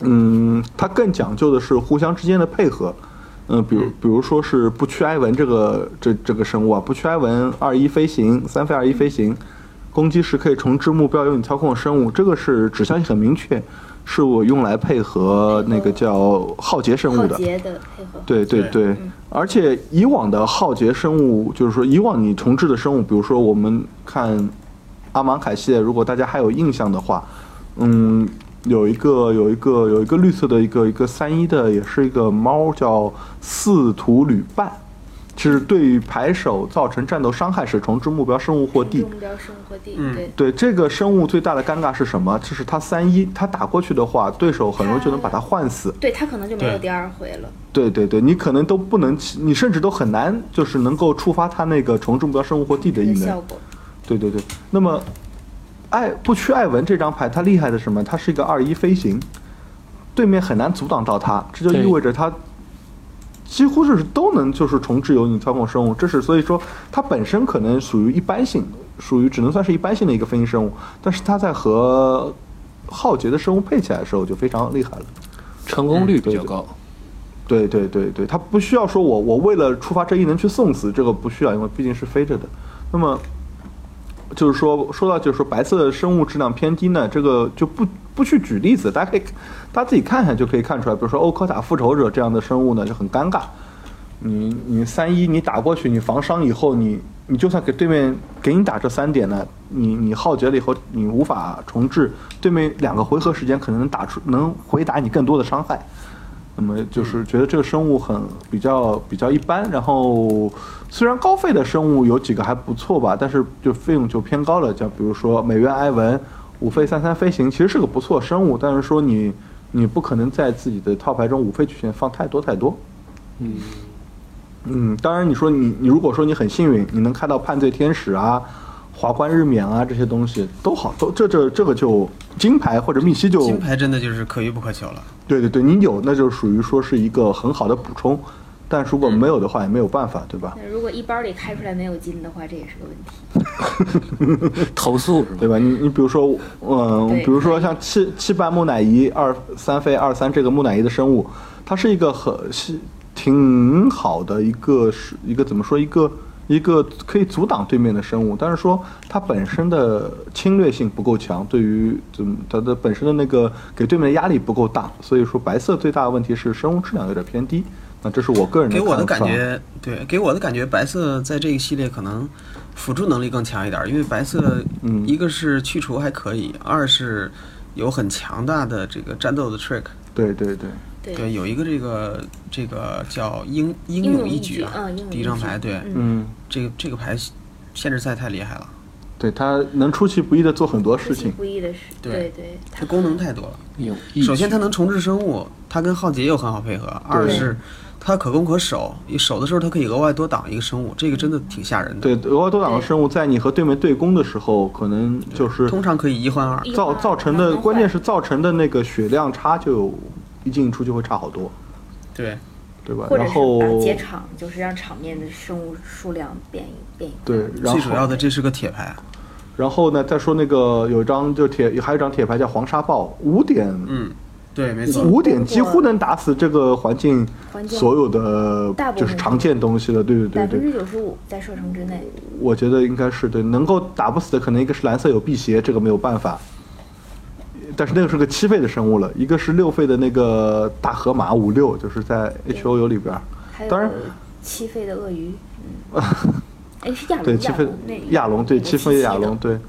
S3: 嗯，它更讲究的是互相之间的配合。呃，比如比如说是不屈埃文这个这这个生物啊，不屈埃文二一飞行，三飞二一飞行，攻击时可以重置目标由你操控的生物，这个是指向性很明确，是我用来配合那个叫浩劫生
S1: 浩
S3: 物的。
S1: 劫的配合，嗯
S3: 对对
S4: 对
S3: 对，而且以往的浩劫生物，就是说以往你重置的生物，比如说我们看阿芒凯系列，如果大家还有印象的话，嗯，有一个有一个有一个绿色的一个一个三一的，也是一个猫叫四图旅伴，其实对于牌手造成战斗伤害时，重置目标生物或地。
S1: 中标生活地，
S4: 嗯
S1: 对，
S3: 对这个生物最大的尴尬是什么？就是它三一，它打过去的话，对手很容易就能把它换死。
S1: 对他可能就没有
S4: 对
S1: 第二回了。
S3: 对对对，你可能都不能起，你甚至都很难，就是能够触发它那个重置目标生物或地的
S1: 这
S3: 异
S1: 个
S3: 能
S1: 效。果，
S3: 对对对，那么艾不屈艾文这张牌，它厉害的是什么？它是一个二一飞行，对面很难阻挡到它，这就
S2: 对
S3: 意味着它几乎是都能就是重置由你操控生物，这是所以说它本身可能属于一般性，属于只能算是一般性的一个飞行生物，但是它在和浩劫的生物配起来的时候就非常厉害了。
S2: 成功率比
S3: 对
S2: 较
S3: 对
S2: 高。
S3: 对对对对，他不需要说我我为了触发这异能去送死，这个不需要，因为毕竟是飞着的。那么就是说，说到就是说白色的生物质量偏低呢，这个就不不去举例子，大家可以大家自己看看就可以看出来。比如说欧哦科塔复仇者这样的生物呢，就很尴尬。你你三一你打过去，你防伤以后，你你就算给对面给你打这三点呢，你你耗竭了以后，你无法重置，对面两个回合时间可能能打出能回答你更多的伤害。那么就是觉得这个生物很比较比较一般，然后虽然高费的生物有几个还不错吧，但是就费用就偏高了。像比如说美元埃文、五费三三飞行，其实是个不错生物，但是说你你不可能在自己的套牌中五费曲线放太多太多。
S2: 嗯，
S3: 嗯，当然你说你你如果说你很幸运，你能看到判罪天使啊、华冠日冕啊这些东西都好，都这这这个就金牌或者密西就
S4: 金牌真的就是可遇不可求了。
S3: 对对对，你有那就属于说是一个很好的补充，但如果没有的话也没有办法，对吧？
S1: 那如果一包里开出来没有金的话，这也是个问题。
S2: 投诉是吧？
S3: 对吧？你你比如说，嗯，
S1: 对
S3: 比如说像气气瓣木乃伊二三飞二三这个木乃伊的生物，它是一个很是挺好的一个是一个怎么说一个一个可以阻挡对面的生物，但是说它本身的侵略性不够强，对于怎么它的本身的那个给对面的压力不够大，所以说白色最大的问题是生物质量有点偏低。那这是我个人的
S4: 给我的
S3: 看
S4: 感
S3: 法
S4: 觉，对，给我的感觉，白色在这个系列可能辅助能力更强一点儿，因为白色，
S3: 嗯
S4: 一个是去除还可以，二是有很强大的这个战斗的 trick，
S3: 对对对，
S1: 对，
S4: 对，有一个这个这个叫英英
S1: 英勇
S4: 勇
S1: 一
S4: 一
S1: 举
S4: 举啊
S1: 嗯英勇，
S4: 第
S1: 一
S4: 一张
S1: 举
S4: 牌，对，
S1: 嗯
S3: 嗯，
S4: 这个这个牌限制赛太厉害了，
S3: 对他能出其不意的做很多事
S1: 出其
S3: 情，
S1: 不意的事，对
S4: 对
S1: 对，
S4: 它功能太多了。
S2: 有意
S4: 首先，它
S2: 见
S4: 能重置生物，它跟浩劫又很好配合；二
S3: 对
S4: 是它可攻可守，一守的时候它可以额外多挡一个生物，这个真的挺吓人的。
S3: 对，额外多挡的生物在你和对面对攻的时候，可能就是
S4: 通常可以一换二。
S1: 一
S3: 造
S1: 换二
S3: 造成
S1: 慢
S3: 的，
S1: 慢
S3: 关
S1: 换
S3: 键是造成的那个血量差就有一进一出就会差好多，
S4: 对，
S3: 对吧？
S1: 或者
S3: 然
S1: 是
S3: 后
S1: 把结场，就是让场面的生物数量变一变一。
S3: 对，然
S4: 最主要
S3: 后
S4: 的这是个铁牌，啊
S3: 然后呢，再说那个有一张就铁，还有一张铁牌叫黄沙豹，五点
S4: 嗯，对，没
S1: 已经
S4: 错。
S3: 五点几乎能打死这个环境
S1: 环境
S3: 所有的
S1: 大部
S3: 就
S1: 分
S3: 是常见东西了，对对
S1: 百
S3: 对
S1: 分
S3: 对
S1: 之，九十五在射程之内，
S3: 我觉得应该是对，能够打不死的可能一个是蓝色有辟邪，这个没有办法。但是那个是个七费的生物了，一个是六费的那个大河马五六，就是在 H O U 里边儿
S1: 还。有
S3: 当然，
S1: 七费的鳄鱼， 嗯，哎是亚龙，
S3: 对七
S1: 亚
S3: 费
S1: 龙那
S3: 亚龙，对七费亚龙，，对。
S1: 对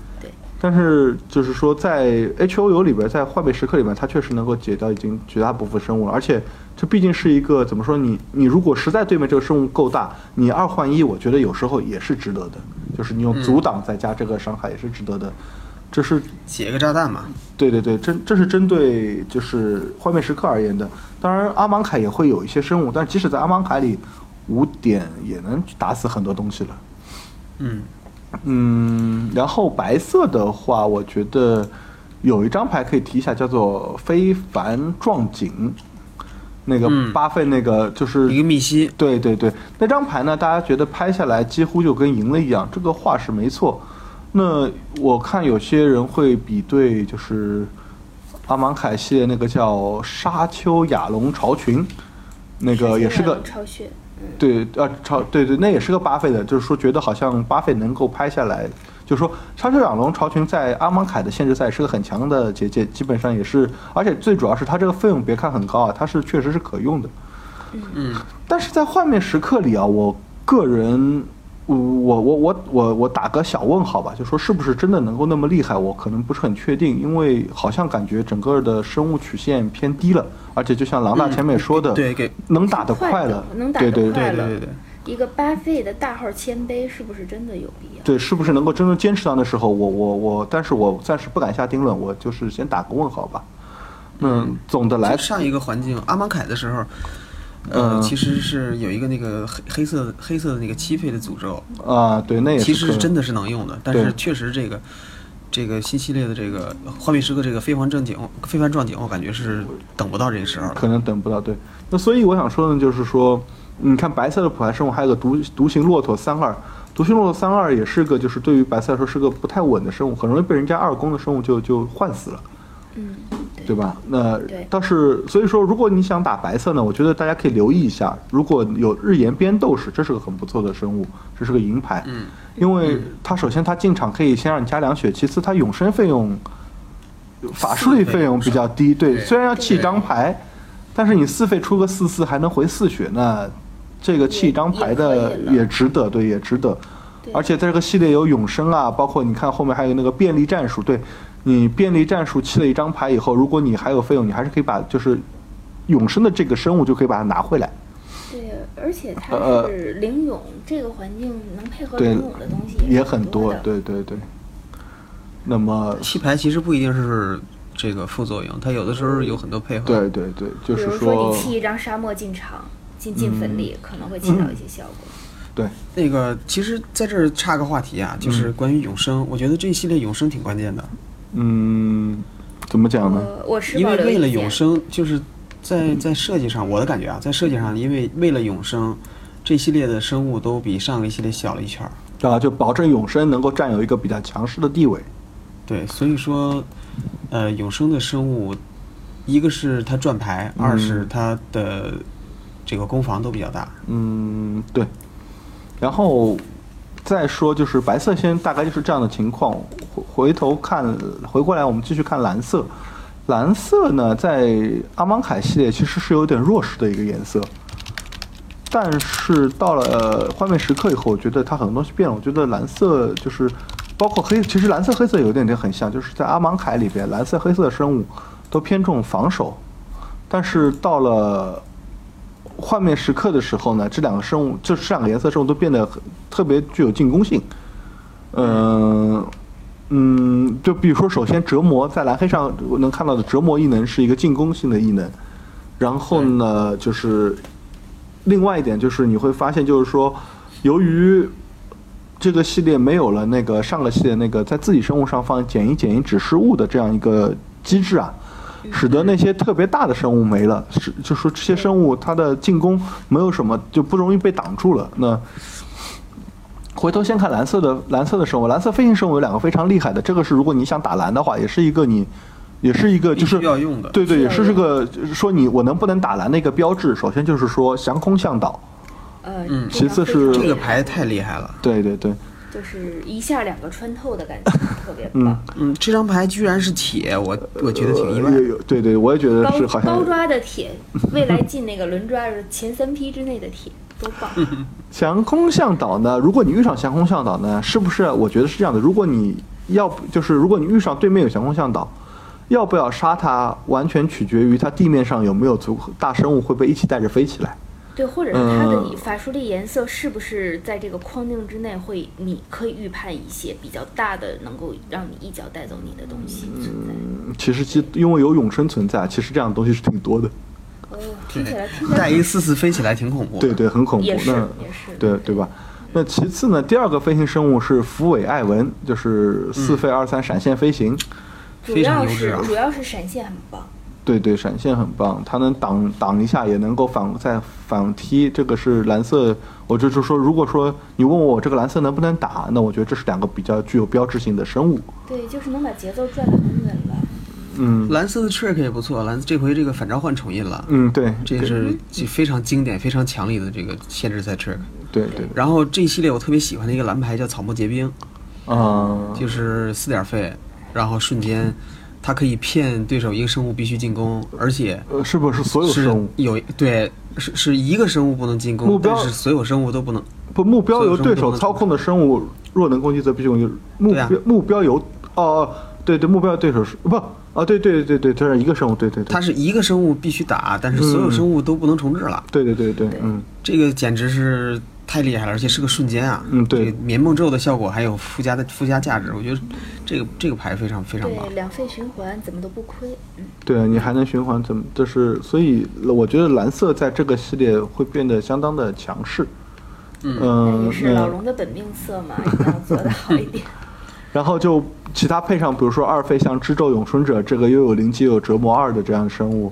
S3: 但是就是说，在 H O U 里边，在幻美时刻里面，它确实能够解掉已经绝大部分生物了，而且这毕竟是一个怎么说？你你如果实在对面这个生物够大，你二换一，我觉得有时候也是值得的，就是你用阻挡再加这个伤害也是值得的，这是
S4: 解个炸弹嘛，
S3: 对对对，针这是针对就是画面时刻而言的。当然，阿芒凯也会有一些生物，但即使在阿芒凯里，五点也能打死很多东西了。
S4: 嗯，
S3: 嗯，然后白色的话，我觉得有一张牌可以提一下，叫做非凡壮景。那个
S4: 嗯
S3: 巴菲那个就是
S4: 一个密西，
S3: 对对对，那张牌呢，大家觉得拍下来几乎就跟赢了一样，这个话是没错。那我看有些人会比对，就是阿芒凯系列那个叫沙丘亚龙巢群，那个也是个
S1: 超血，
S3: 对，啊，超对对，那也是个巴菲的，就是说觉得好像巴菲能够拍下来，就是说超车长龙朝群在阿芒凯的限制赛是个很强的结界，基本上也是，而且最主要是它这个费用别看很高啊，它是确实是可用的，
S4: 嗯，
S3: 但是在画面时刻里啊，我个人。我我我我我打个小问号吧，就说是不是真的能够那么厉害，我可能不是很确定，因为好像感觉整个的生物曲线偏低了，而且就像狼大前面说的，
S4: 嗯对给
S3: 能打得
S1: 快
S3: 快
S1: 的
S3: 了，
S1: 能打
S3: 对
S1: 得
S3: 对
S1: 快
S4: 对
S1: 了
S4: 对对对，
S1: 一个巴菲的大号谦卑是不是真的有必要？
S3: 对，是不是能够真正坚持到那时候？我我我，但是我暂时不敢下定论，我就是先打个问号吧。嗯，总的来
S4: 就，上一个环境阿芒凯的时候，呃，
S3: 嗯
S4: 其实是有一个那个黑黑色的黑色的那个漆配的诅咒，
S3: 啊、对，那也是
S4: 其实
S3: 可
S4: 是真的是能用的，但
S3: 对
S4: 是确实这个这个新系列的这个画面时刻这个非凡正经非凡壮景，我感觉是等不到这个时候了。
S3: 可能等不到。对，那所以我想说的就是说，你看白色的普莱生物还有个独独行骆驼三二，独行骆驼三二也是个就是对于白色来说是个不太稳的生物，很容易被人家二攻的生物就就换死了。
S1: 嗯，
S3: 对吧？那
S1: 对
S3: 倒是，所以说，如果你想打白色呢，我觉得大家可以留意一下。如果有日岩边斗士，这是个很不错的生物，这是个银牌。
S4: 嗯，
S3: 因为它首先它进场可以先让你加两血，其次它永生费用、法术类费用比较低。对，
S4: 对
S3: 虽然要弃一张牌，但是你四费出个四四还能回四血，那这个弃一张牌的
S1: 也也可以了
S3: 也值得，对，也值得。
S1: 对
S3: 而且在这个系列有永生啊，包括你看后面还有那个便利战术，对你便利战术弃了一张牌以后，如果你还有费用，你还是可以把就是永生的这个生物就可以把它拿回来。
S1: 对，而且它
S3: 呃
S1: 是灵勇这个环境能配合
S3: 对
S1: 灵勇的东西
S3: 也
S1: 很
S3: 很多
S1: 的，，
S3: 对对对。那么，
S4: 弃牌其实不一定是这个副作用，它有的时候有很多配合。
S3: 对对对，就
S1: 比
S3: 是
S1: 如说
S3: 说嗯
S1: 你，弃一张沙漠进场，进进坟里可能会起到一些效果。
S3: 对，
S4: 那个其实在这儿插个话题啊，就是关于永生，我觉得这一系列永生挺关键的，
S3: 嗯，怎么讲呢？
S1: 我我是
S4: 因
S1: 保
S4: 为
S1: 留
S4: 为了
S1: 意见
S4: 永生，就是在在设计上，我的感觉啊，在设计上，因为为了永生，这一系列的生物都比上个系列小了一圈儿。
S1: 呃
S3: 啊，就保证永生能够占有一个比较强势的地位。
S4: 对，所以说，呃，永生的生物，一个是它转牌，二是它的这个攻防都比较大。
S3: 嗯，对。然后再说，就是白色先大概就是这样的情况。回回头看，回过来我们继续看蓝色。蓝色呢，在阿芒凯系列其实是有点弱势的一个颜色，但是到了、呃、画面时刻以后，我觉得它很多东西变了。我觉得蓝色就是包括黑，其实蓝色黑色有一点点很像，就是在阿芒凯里边，蓝色黑色的生物都偏重防守，但是到了画面时刻的时候呢，这两个生物，就这两个颜色生物都变得很特别具有进攻性。嗯嗯，就比如说，首先折磨在蓝黑上能看到的折磨异能是一个进攻性的异能，然后呢，就是另外一点就是你会发现，就是说，由于这个系列没有了那个上个系列那个在自己生物上放减一减一指示物的这样一个机制啊，
S4: 嗯
S3: 使得那些特别大的生物没了，是就说这些生物它的进攻没有什么就不容易被挡住了。那回头先看蓝色的蓝色的生物，蓝色飞行生物有两个非常厉害的，这个是如果你想打蓝的话，也是一个你，也是一个就是
S4: 必须要用的
S3: 对对，
S1: 是
S3: 也是这个说你我能不能打蓝的一个标志。首先就是说降空向导，
S1: 呃，
S4: 嗯
S1: 这张
S3: 其次
S1: 非
S3: 是
S1: 常
S4: 这个
S1: 厉害
S4: 牌太厉害了，
S3: 对对对，
S1: 就是一下两个穿透的 感觉，特别棒。
S3: 嗯
S4: 嗯，这张牌居然是铁，我我觉得挺意外
S3: 呃。有有对对，我也觉得是
S1: 高
S3: 好像
S1: 高抓的 铁，未来进那个轮抓是前三批之内的铁，多 棒！
S3: 降空向导呢，如果你遇上降空向导呢，是不是？我觉得是这样的。如果你要不就是如果你遇上对面有降空向导，要不要杀它，完全取决于它地面上有没有足大生物会被一起带着飞起来。
S1: 对，或者是它的
S3: 嗯
S1: 你法术力颜色是不是在这个框定之内会，你可以预判一些比较大的，能够让你一脚带走你的东西存在。
S3: 嗯其实，其因为有永生存在，其实这样的东西是挺多的。
S1: 哦，听起来听起
S4: 带
S1: 来
S4: 一四四飞起来挺恐怖的。
S3: 对对，很恐怖。
S1: 也是
S3: 那
S1: 也是
S3: 对对吧？那其次呢，第二个飞行生物是福尾艾文，就是四费二三闪现飞行。
S1: 主
S4: 非
S1: 要
S4: 常优质
S1: 是
S4: 啊
S1: 主要是闪现很棒，
S3: 对对，闪现很棒，它能挡挡一下，也能够反再反踢。这个是蓝色，我就是说，如果说你问我这个蓝色能不能打，那我觉得这是两个比较具有标志性的生物。
S1: 对，就是能把节奏转得很稳了。
S3: 嗯
S4: 蓝色的 trick 也不错，蓝这回这个反召唤重印了，
S3: 嗯，对，
S4: 这是非常经典、非常强力的这个限制赛 trick。
S3: 对对
S4: 然后这一系列我特别喜欢的一个蓝牌叫草木结冰，
S3: 啊，
S4: 就是四点费，然后瞬间它可以骗对手一个生物必须进攻，而且
S3: 呃是不是所有
S4: 是
S3: 生物
S4: 有对是是一个生物不能进
S3: 目
S4: 攻，
S3: 标
S4: 但是所有生物都不能。
S3: 不目标由
S4: 所有
S3: 对
S4: 生
S3: 手
S4: 物都不能
S3: 操控的生物若能攻击，则必须攻击目
S4: 对啊
S3: 标目标由哦哦对对目标对手是不啊对对对对，这是一个生物，对对对
S4: 它，是一个生物必须打，但是所
S3: 嗯
S4: 有生物都不能重置了。
S3: 对对对对，嗯
S4: 这个简直是太厉害了，而且是个瞬间啊！
S3: 嗯对
S4: 这个眠梦咒的效果还有附加的附加价值，我觉得这个这个牌非常非常棒
S1: 对，。两费循环怎么都不亏。嗯，
S3: 对啊你还能循环，怎么这是所以我觉得蓝色在这个系列会变得相当的强势，嗯
S1: 那也是老
S3: 那
S1: 龙的本命色嘛，一定要做得好一 点。
S3: 然后就其他配上，比如说二费像织咒咏春者，这个又有灵机又有折磨二的这样的生物，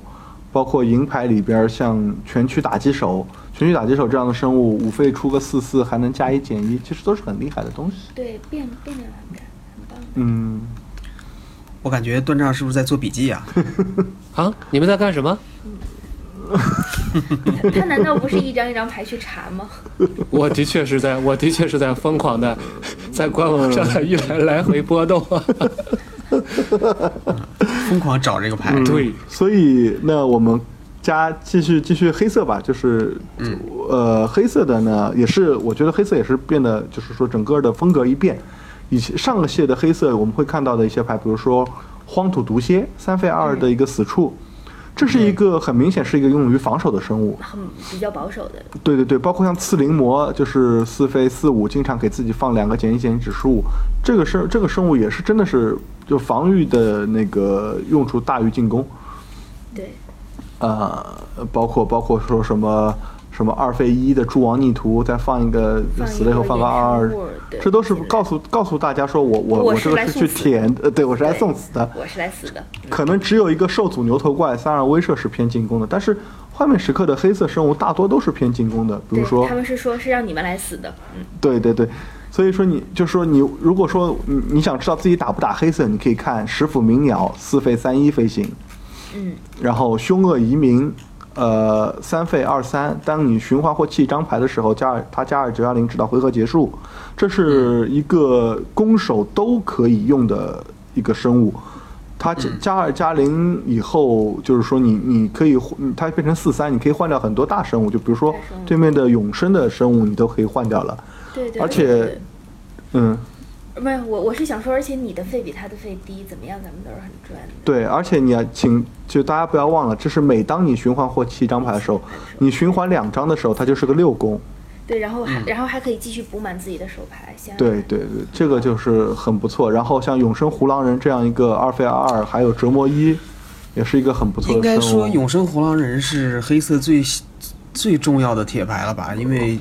S3: 包括银牌里边像全区打击手、全区打击手这样的生物，五费出个四四还能加一减一，其实都是很厉害的东西。
S1: 对，变变量很大，很棒。
S3: 嗯，
S4: 我感觉段丈是不是在做笔记 啊？
S2: 啊，你们在干什么？
S1: 他他难道不是一张一张牌去查吗？
S2: 我的确是在，我的确是在疯狂的，在官网上
S3: 嗯
S2: 的一来来回波动。
S4: 疯狂找这个牌。
S3: 嗯
S2: 对，
S3: 所以那我们加继续继续黑色吧，就是、呃黑色的呢，也是我觉得黑色也是变得就是说整个的风格一变。以前上个系列的黑色我们会看到的一些牌，比如说荒土毒蝎三费二的一个死处。这是一个很明显是一个用于防守的生物，
S1: 很比较保守的，
S3: 对对对，包括像刺灵魔，就是四飞四五，经常给自己放两个减一减一指数，这个生这个生物也是真的是就防御的那个用处大于进攻，
S1: 对，
S3: 呃，包括包括说什么什么二费一的蛛王逆徒，再放一个
S1: 放一
S3: 死了以后
S1: 个
S3: 放个
S1: 衍生
S3: 二二
S1: 物，对
S3: 这都是
S1: 进来
S3: 告诉告诉大家说我我
S1: 我是
S3: 这个
S1: 来
S3: 是
S1: 送
S3: 去
S1: 死
S3: 舔，呃，对我是来
S1: 对
S3: 送死的，
S1: 我是来死的。
S3: 可能只有一个兽祖牛头怪三二威慑是偏进攻的，但是画面时刻的黑色生物大多都是偏进攻的，比如
S1: 对，
S3: 说
S1: 他们是说是让你们来死的，嗯，
S3: 对对对，所以说你就说你如果说你你想知道自己打不打黑色，你可以看食府鸣鸟四费三一飞行，
S1: 嗯，
S3: 然后凶恶移民，呃三费二三，当你循环或弃一张牌的时候，加二它加二九幺零直到回合结束，这是
S1: 嗯
S3: 一个攻守都可以用的一个生物。它加加二加零以后，就是说你你可以嗯它变成四三，你可以换掉很多大生物，就比如说
S1: 大生物
S3: 对面的永生的生物你都可以换掉了。
S1: 对对。
S3: 而
S1: 对
S3: 且
S1: 对对
S3: 嗯，
S1: 不是我，我是想说，而且你的费比他的费低，怎么样？咱们都是很赚的。
S3: 对，而且你要请，就大家不要忘了，这是每当你循环或弃一张牌的时候，你循环两张的时候，它就是个六攻。
S1: 对，然后还、然后还可以继续补满自己的手牌。像
S3: 嗯对对对，这个就是很不错。然后像永生胡狼人这样一个二费二，还有折磨一，也是一个很不错
S4: 应
S3: 的生物。
S4: 该说，永生红狼人是黑色最最重要的铁牌了吧？因为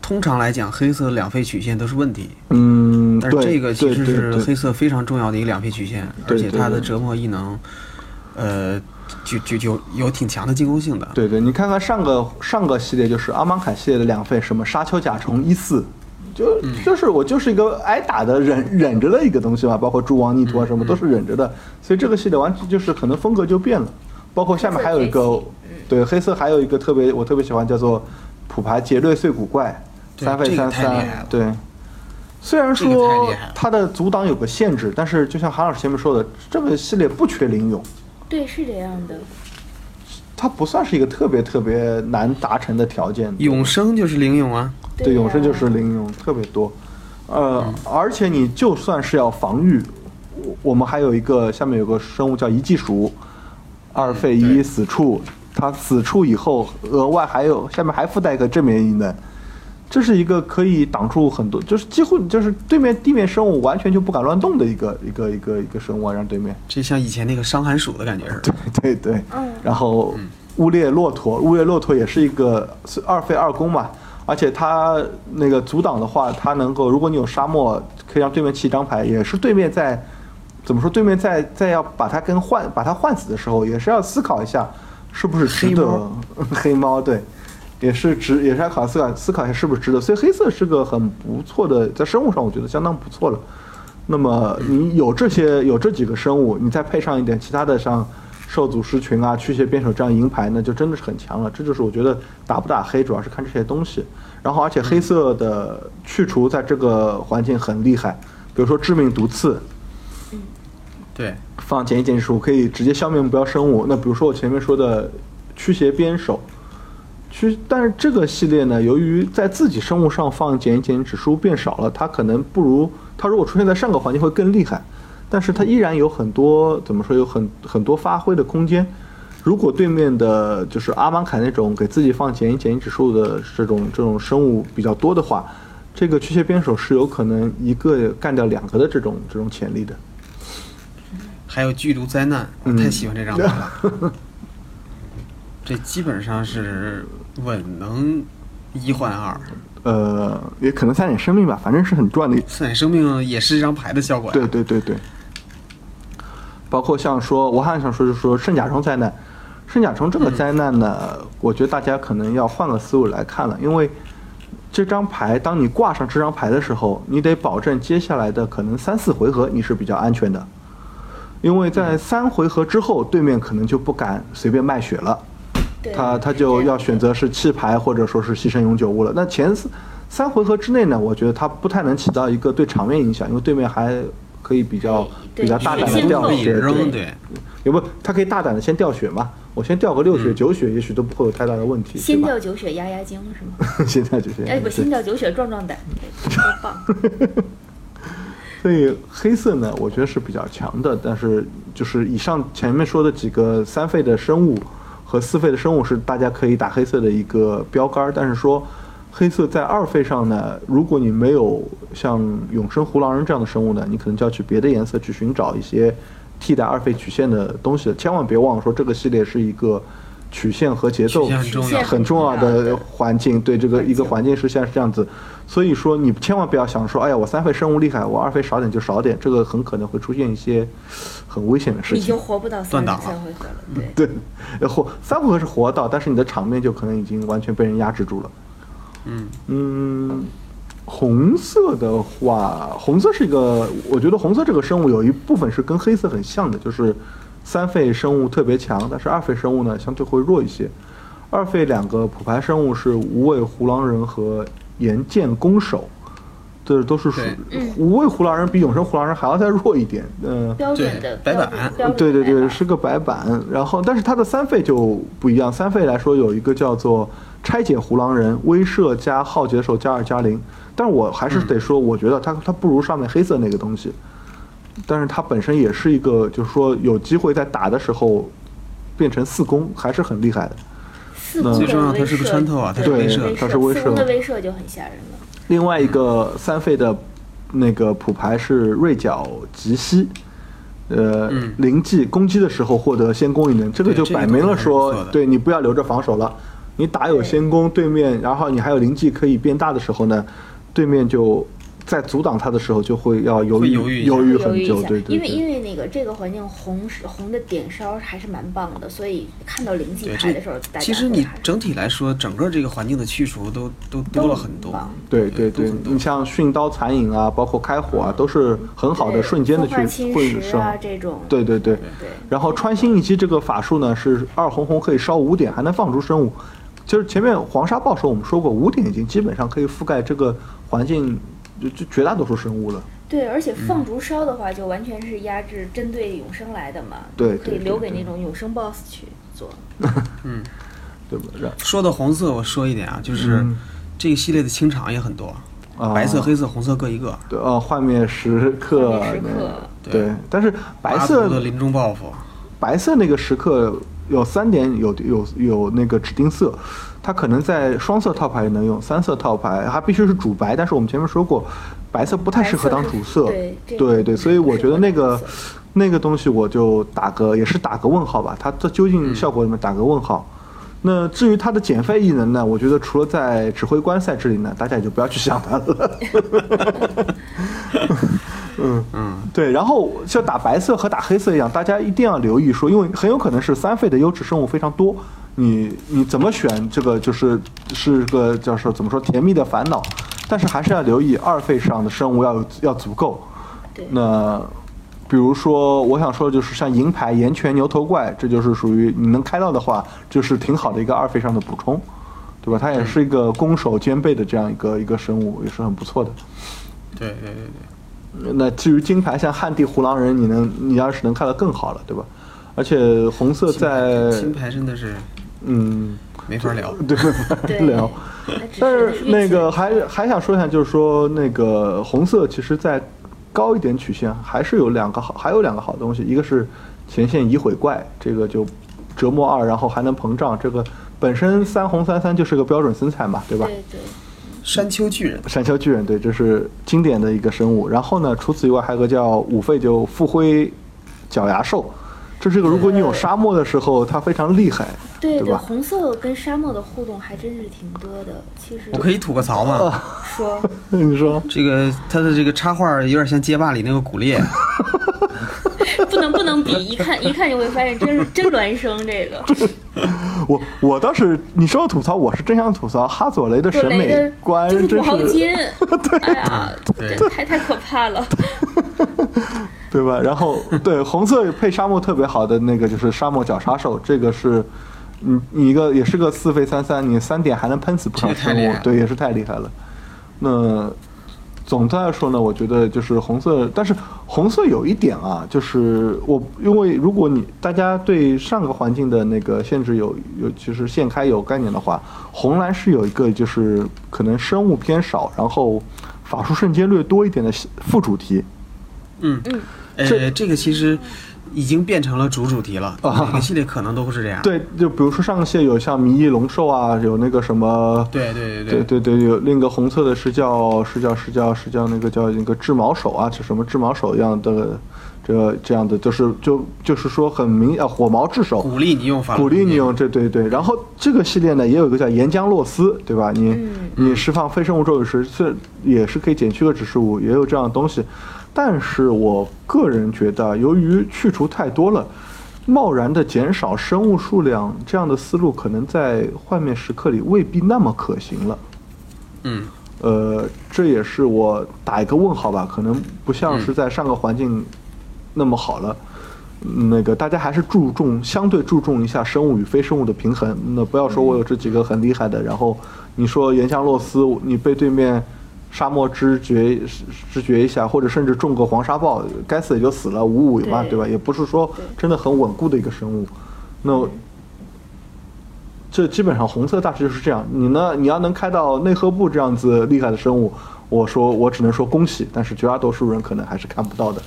S4: 通常来讲，黑色两费曲线都是问题，
S3: 嗯，
S4: 但是
S3: 对
S4: 这个其
S3: 对
S4: 实是
S3: 对对
S4: 黑色非常重要的一个两费曲线，
S3: 对
S4: 而
S3: 对
S4: 且它的
S3: 对
S4: 折磨异能，呃，就就就有挺强的进攻性的。
S3: 对对，你看看上个上个系列就是阿芒凯系列的两费，什么沙丘甲虫一四，就
S4: 嗯
S3: 就是我就是一个挨打的忍忍着的一个东西嘛，包括蛛王逆徒啊什
S4: 嗯
S3: 么都是忍着的，所以这个系列完全就是可能风格就变了。包括下面还有一个，对黑色还有一个特别我特别喜欢叫做普牌杰瑞碎骨怪，
S4: 对
S3: 三费
S4: 这个
S3: 三
S4: 太厉
S3: 三
S4: 害了，
S3: 对。虽然
S4: 这个太
S3: 说
S4: 厉害了
S3: 它的阻挡有个限制，但是就像韩老师前面说的，这个系列不缺灵勇，
S1: 对，是这样的。
S3: 它不算是一个特别特别难达成的条件。
S4: 永生就是灵勇啊，
S1: 对
S3: 对，
S1: 呀
S3: 永生就是零用特别多，呃，而且你就算是要防御，我我们还有一个下面有个生物叫一技鼠，二费一死处，它死处以后额外还有下面还附带一个正面异能，这是一个可以挡住很多，就是几乎就是对面地面生物完全就不敢乱动的一个一个一个一个生物啊，让对面，
S4: 这像以前那个伤寒鼠的感觉似的。
S3: 对 对，
S1: 嗯
S3: 然后乌列骆驼，乌列骆驼也是一个是二费二攻嘛，而且它那个阻挡的话，它能够，如果你有沙漠，可以让对面弃一张牌，也是对面在怎么说，对面在在要把它跟换把它换死的时候，也是要思考一下是不是值得
S4: 黑猫
S3: 黑猫对。也是值，也是要考思考思考一下是不是值得，所以黑色是个很不错的，在生物上我觉得相当不错了。那么你有这些有这几个生物，你再配上一点其他的像兽祖狮群啊、驱邪鞭手这样银牌，那就真的是很强了。这就是我觉得打不打黑主要是看这些东西。然后而且黑色的去除在这个环境很厉害，比如说致命毒刺，
S4: 对，
S3: 放减一减数可以直接消灭目标生物。那比如说我前面说的驱邪鞭手，驱，但是这个系列呢，由于在自己生物上放减一减指数变少了，它可能不如它如果出现在上个环节会更厉害，但是它依然有很多怎么说有很很多发挥的空间。如果对面的就是阿芒凯那种给自己放减一减指数的这种这种生物比较多的话，这个驱邪鞭手是有可能一个干掉两个的这种这种潜力的。
S4: 还有剧毒灾难，我
S3: 嗯
S4: 太喜欢这张牌了。 这基本上是稳能一换二，
S3: 呃，也可能三点生命吧，反正是很赚的。
S4: 四点生命也是这张牌的效果呀。
S3: 对对对对，包括像说，我还想说，就是说圣甲虫灾难，圣甲虫这个灾难呢，我觉得大家可能要换个思路来看了，因为这张牌，当你挂上这张牌的时候，你得保证接下来的可能三四回合你是比较安全的，因为在三回合之后，对面可能就不敢随便卖血了。
S1: 对
S3: 他他就要选择是弃牌或者说是牺牲永久物了。那前四三回合之内呢，我觉得他不太能起到一个对场面影响，因为对面还可以比较
S1: 对
S3: 比较大胆的
S1: 先
S3: 掉
S1: 后
S4: 一
S3: 血，
S4: 扔，
S3: 对，
S4: 对，
S3: 也不他可以大胆的先掉血嘛，我先掉个六血九血，也许都不会有太大的问题，
S1: 先
S3: 对
S1: 掉九血压压惊是吗？
S3: 吧？现在就是这样
S1: 哎，不，先掉九血壮壮 胆，对多棒！
S3: 所以黑色呢，我觉得是比较强的，但是就是以上前面说的几个三费的生物和四费的生物是大家可以打黑色的一个标杆儿，但是说黑色在二费上呢，如果你没有像永生胡狼人这样的生物呢，你可能就要去别的颜色去寻找一些替代二费曲线的东西了，千万别忘了说这个系列是一个曲线和节奏
S4: 曲线很重要
S3: 很重要
S1: 曲线很重
S3: 的
S1: 要的
S3: 环境，对这个一个环境是现在是这样子，所以说你千万不要想说，哎呀，我三费生物厉害，我二费少点就少点，这个很可能会出现一些很危险的事
S1: 你
S3: 情
S1: 就。活不到三
S4: 断
S1: 十
S4: 档了
S1: 三回合了，对。
S3: 对，呃活三回合是活到，但是你的场面就可能已经完全被人压制住了。
S4: 嗯，
S3: 嗯，红色的话，红色是一个，我觉得红色这个生物有一部分是跟黑色很像的，就是三费生物特别强，但是二费生物呢相对会弱一些。二费两个普牌生物是无畏胡狼人和岩剑弓手，这都是属
S4: 对
S1: 嗯
S3: 无畏胡狼人比永生胡狼人还要再弱一点，嗯、
S1: 标准的
S4: 对
S1: 标
S4: 白板
S1: 准标准
S3: 对对
S1: 白
S3: 对，
S1: 板
S3: 是个白板。然后，但是它的三费就不一样，三费来说有一个叫做拆解胡狼人、威慑加浩劫手加二加零。但是我还是得说，我觉得它它不如上面黑色那个东西，但是它本身也是一个，就是说有机会在打的时候变成四攻，还是很厉害的。
S1: 四宫的
S3: 最
S4: 重要它是个
S1: 威慑
S4: 穿透啊它是
S1: 对
S3: 威慑嗯它是威
S1: 四宫
S3: 慑
S1: 的威慑就很吓人了。
S3: 另外一个三费的那个普牌是锐角极西，呃，
S4: 嗯
S3: 灵技攻击的时候获得先攻一能，这个
S4: 对
S3: 就
S4: 这个
S3: 摆明了
S4: 东西还是不错
S3: 说，
S4: 的
S3: 对你不要留着防守了，你打有先攻，对面然后你还有灵技可以变大的时候呢，对面就在阻挡他的时候就会要犹
S4: 会
S3: 豫
S4: 犹豫
S1: 犹豫
S3: 豫
S4: 一下
S3: 很
S1: 一
S3: 久，
S1: 下
S3: 对对对，
S1: 因为因为那个这个环境红是红的点烧还是蛮棒的，所以看到灵气
S4: 对，
S1: 牌的时候，
S4: 这
S1: 大家
S4: 其实
S1: 会
S4: 你
S1: 还是
S4: 整体来说，整个这个环境的去除都都多了很
S1: 都
S4: 多
S1: 很。
S3: 对对
S4: 都
S3: 对
S4: 很，多
S3: 你像训刀残影啊，包括开火啊，都是很好的
S1: 对
S3: 瞬间的去
S1: 风化侵
S3: 混
S1: 蚀
S3: 生。
S1: 啊这种，
S3: 对对对，
S1: 对
S3: 然后穿心一击这个法术呢是二红红可以烧五点，还能放逐生物。就是前面黄沙暴时候我们说过，五点已经基本上可以覆盖这个环境就就绝大多数生物了。
S1: 对，而且
S3: 嗯
S1: 放逐烧的话，就完全是压制针对永生来的嘛，
S3: 对
S1: 可
S3: 对
S1: 以留
S3: 对
S1: 给那种永生 BOSS 去做。
S4: 嗯，
S3: 对吧？然
S4: 说到红色，我说一点啊，就是
S3: 嗯
S4: 这个系列的清场也很多，
S3: 啊
S4: 白色、黑色、红色各一个。
S3: 对呃，幻灭时刻
S1: 幻灭时刻
S3: 那个对，但是白
S4: 巴图的
S3: 色
S4: 临终报复，
S3: 白色那个时刻有三点有有有那个指定色，它可能在双色套牌也能用，三色套牌它必须是主白，但是我们前面说过，白色不太适合当主色，
S1: 白色是对
S3: 对
S1: 这个
S3: 对，所以我觉得那
S1: 不适
S3: 个
S1: 合当主
S3: 那个东西我就打个也是打个问号吧，它这究竟效果里面打个问号。那至于它的减费异能呢，我觉得除了在指挥官赛制里呢，大家也就不要去想它了。嗯，
S4: 嗯，
S3: 对，然后像打白色和打黑色一样，大家一定要留意说，因为很有可能是三费的优质生物非常多，你你怎么选这个就是是个叫说怎么说甜蜜的烦恼，但是还是要留意二费上的生物要有要足够，
S1: 对
S3: 那比如说，我想说的就是像银牌、岩泉、牛头怪，这就是属于你能开到的话，就是挺好的一个二费上的补充，对吧？它也是一个攻守兼备的这样一个一个生物，也是很不错的。
S4: 对对对对，
S3: 那至于金牌，像汉地胡狼人，你能你要是能看到更好了，对吧？而且红色在
S4: 金牌真的是
S3: 嗯。
S4: 没法聊。
S3: 对，没
S1: 对
S3: 法聊。
S1: 那只
S3: 但
S1: 是
S3: 是
S1: 运气
S3: 那个还还想说一下，就是说那个红色其实在高一点曲线还是有两个好，还有两个好东西，一个是前线已毁怪，这个就折磨二，然后还能膨胀，这个本身三红三三就是个标准森菜嘛，对吧？
S1: 对对
S4: 山丘巨人，
S3: 闪消巨人，对，这是经典的一个生物。然后呢，除此以外还有个叫五费，就复灰角牙兽，这是个如果你有沙漠的时候，它非常厉害，
S1: 对
S3: 对
S1: 对，
S3: 吧？
S1: 红色跟沙漠的互动还真是挺多的。其实
S4: 我可以吐个槽
S3: 啊
S4: 吗？
S1: 说，
S3: 你说
S4: 这个他的这个插画有点像街霸里那个骨裂，
S1: 不能不能比，一看一看就会发现真是真孪生这个。
S3: 我我倒是，你说到吐槽，我是真想吐槽哈佐雷的
S1: 就
S3: 审
S1: 雷
S3: 美
S1: 的
S3: 观
S1: 就是
S3: 真
S1: 土豪
S3: 是，
S1: 金，哎呀，
S4: 对
S1: 这太太可怕了。
S3: 对吧？然后对红色配沙漠特别好的那个就是沙漠绞杀兽，这个是，你你一个也是个四费三三，你三点还能喷死不少
S4: 这个太
S3: 生
S4: 厉
S3: 物
S4: 害了，
S3: 对，也是太厉害了。那总的来说呢，我觉得就是红色，但是红色有一点啊，就是我因为如果你大家对上个环境的那个限制有有就是限开有概念的话，红蓝是有一个就是可能生物偏少，然后法术瞬间略多一点的副主题。
S4: 嗯，
S3: 这
S4: 呃，这个其实已经变成了主主题了，
S3: 啊
S4: 每个系列可能都是这样。
S3: 对，就比如说上个系列有像迷翼龙兽啊，有那个什么。
S4: 对
S3: 对
S4: 对对
S3: 对对，有另一个红色的是叫是叫是叫是叫那个叫那个制毛手啊，是什么制毛手一样的，这这样的就是就就是说很明啊火毛制手，
S4: 鼓励你用法，
S3: 鼓励你用这对对。然后这个系列呢也有一个叫岩浆洛斯，对吧？你、你释放非生物咒语时，这也是可以减去个指示物，也有这样的东西。但是我个人觉得，由于去除太多了。贸然的减少生物数量，这样的思路可能在幻灭时刻里未必那么可行了。
S4: 嗯，
S3: 呃，这也是我打一个问号吧，可能不像是在上个环境那么好了。嗯那个大家还是注重相对注重一下生物与非生物的平衡。那不要说我有这几个很厉害的，然后你说岩浆洛斯，你被对面沙漠知觉知觉一下，或者甚至中个黄沙暴，该死也就死了，五五嘛，
S1: 对
S3: 对吧？也不是说真的很稳固的一个生物。那这基本上红色大致就是这样。你呢？你要能开到内核部这样子厉害的生物，我说我只能说恭喜，但是绝大多数人可能还是看不到的。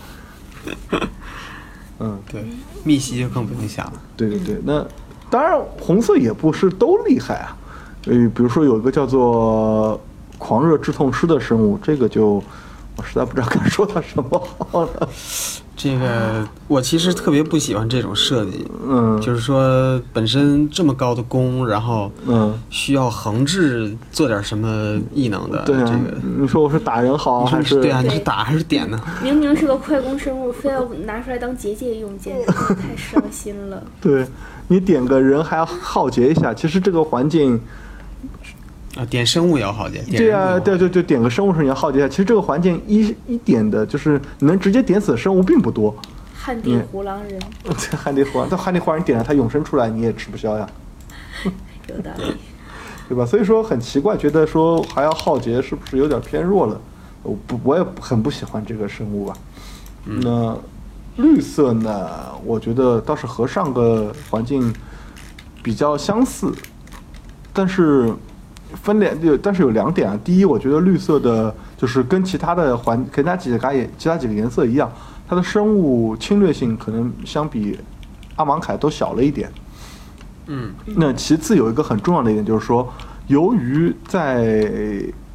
S3: 嗯，
S4: 对，密西就更不用想了。
S3: 对对
S4: 嗯
S3: 对。那当然，红色也不是都厉害啊。呃，比如说有一个叫做狂热致痛师的生物，这个就我实在不知道该说它什么好
S4: 呃
S3: 了。
S4: 这个我其实特别不喜欢这种设计，
S3: 嗯
S4: 就是说本身这么高的弓，然后
S3: 嗯，
S4: 需要横置做点什么异能的，
S3: 对啊
S4: 这个。，
S3: 你说我是打人好
S4: 你说
S3: 还
S4: 你
S3: 是
S4: 对啊，你是
S1: 对
S4: 打还是点呢？
S1: 明明是个快攻生物，非要拿出来当结界用，简直太伤心了。
S3: 对你点个人还要浩劫一下，其实这个环境，
S4: 啊，点生物也要好点。点
S3: 对
S4: 人物也
S3: 啊，
S4: 要
S3: 对对对，点个生物时候你要浩劫一下。其实这个环境一一点的就是能直接点死的生物并不多。
S1: 旱地胡狼人，
S3: 这汉地忽然，但汉地忽然点了它永生出来，你也吃不消呀，
S1: 有道理。
S3: 对吧？所以说很奇怪，觉得说还要浩劫是不是有点偏弱了？我不，我也很不喜欢这个生物吧。那绿色呢？我觉得倒是和上个环境比较相似，但是分两，有但是有两点啊。第一，我觉得绿色的，就是跟其他的环，跟它几个也其他几个颜色一样，它的生物侵略性可能相比阿芒凯都小了一点。
S4: 嗯，
S3: 那其次有一个很重要的一点就是说，由于在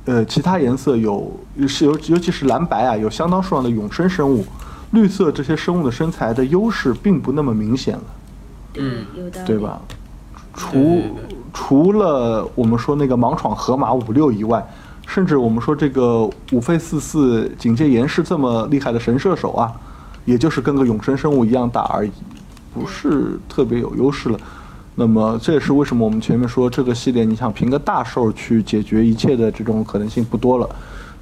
S3: 呃其他颜色有是尤尤其是蓝白啊，有相当数量的永生生物，绿色这些生物的身材的优势并不那么明显了。
S1: 对，有道理。
S3: 对？吧？除除了我们说那个盲闯河马五六以外，甚至我们说这个五费四四警戒岩是这么厉害的神射手啊，也就是跟个永生生物一样大而已，不是特别有优势了。那么这也是为什么我们前面说这个系列，你想凭个大兽去解决一切的这种可能性不多了。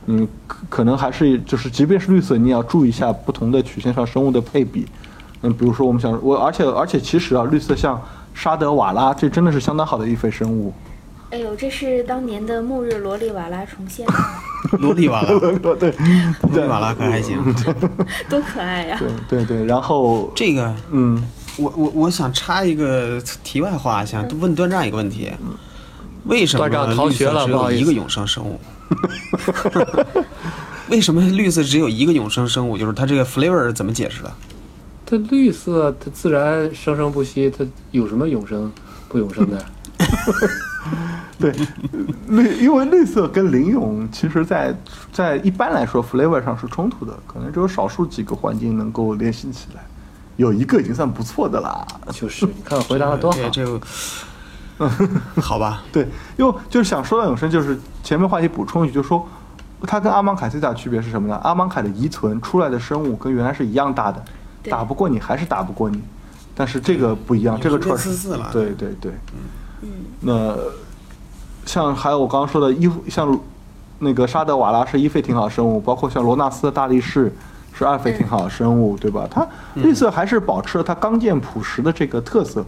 S3: 嗯，可可能还是就是，即便是绿色，你也要注意一下不同的曲线上生物的配比。嗯，比如说我们想，我而且而且其实啊，绿色像沙德瓦拉，这真的是相当好的一飞生物。
S1: 哎呦，这是当年的末日罗利瓦拉重 现，
S4: 罗利瓦拉，
S3: 对
S4: 罗利瓦拉可还行。
S1: 多可爱呀、
S3: 对对对，然后
S4: 这个
S3: 嗯，
S4: 我我我想插一个题外话，想问段丈一个问题：为什么
S2: 段丈逃
S4: 绿
S2: 学
S4: 色
S2: 了不
S4: 只有
S2: 好意
S4: 一
S2: 思
S4: 个永生生物？ 为什么绿色只有一个永生生物？就是它这个 flavor 是怎么解释的？
S2: 它绿色，它自然生生不息，它有什么永生不永 生的？
S3: 对，绿因为绿色跟林蛹，其实在在一般来说 flavor 上是冲突的，可能只有少数几个环境能够联系起来，有一个已经算不错的啊啦。
S2: 就是你看我回答的多好，
S4: 对，这个好吧，
S3: 对，因为就是想说到永生，就是前面话题补充一句，就是说它跟阿芒凯最大的区别是什么呢？阿芒凯的遗存出来的生物跟原来是一样大的，
S1: 对
S3: 打不过你还是打不过你，但是这个不一样，
S4: 嗯
S3: 这个串
S4: 有点自私了
S3: 对对对，
S1: 嗯，
S3: 那像还有我刚刚说的伊像那个沙德瓦拉是伊费挺好生物，包括像罗纳斯的大力士是二费挺好生物，对吧？它
S4: 嗯
S3: 绿色还是保持了它刚健朴实的这个特色，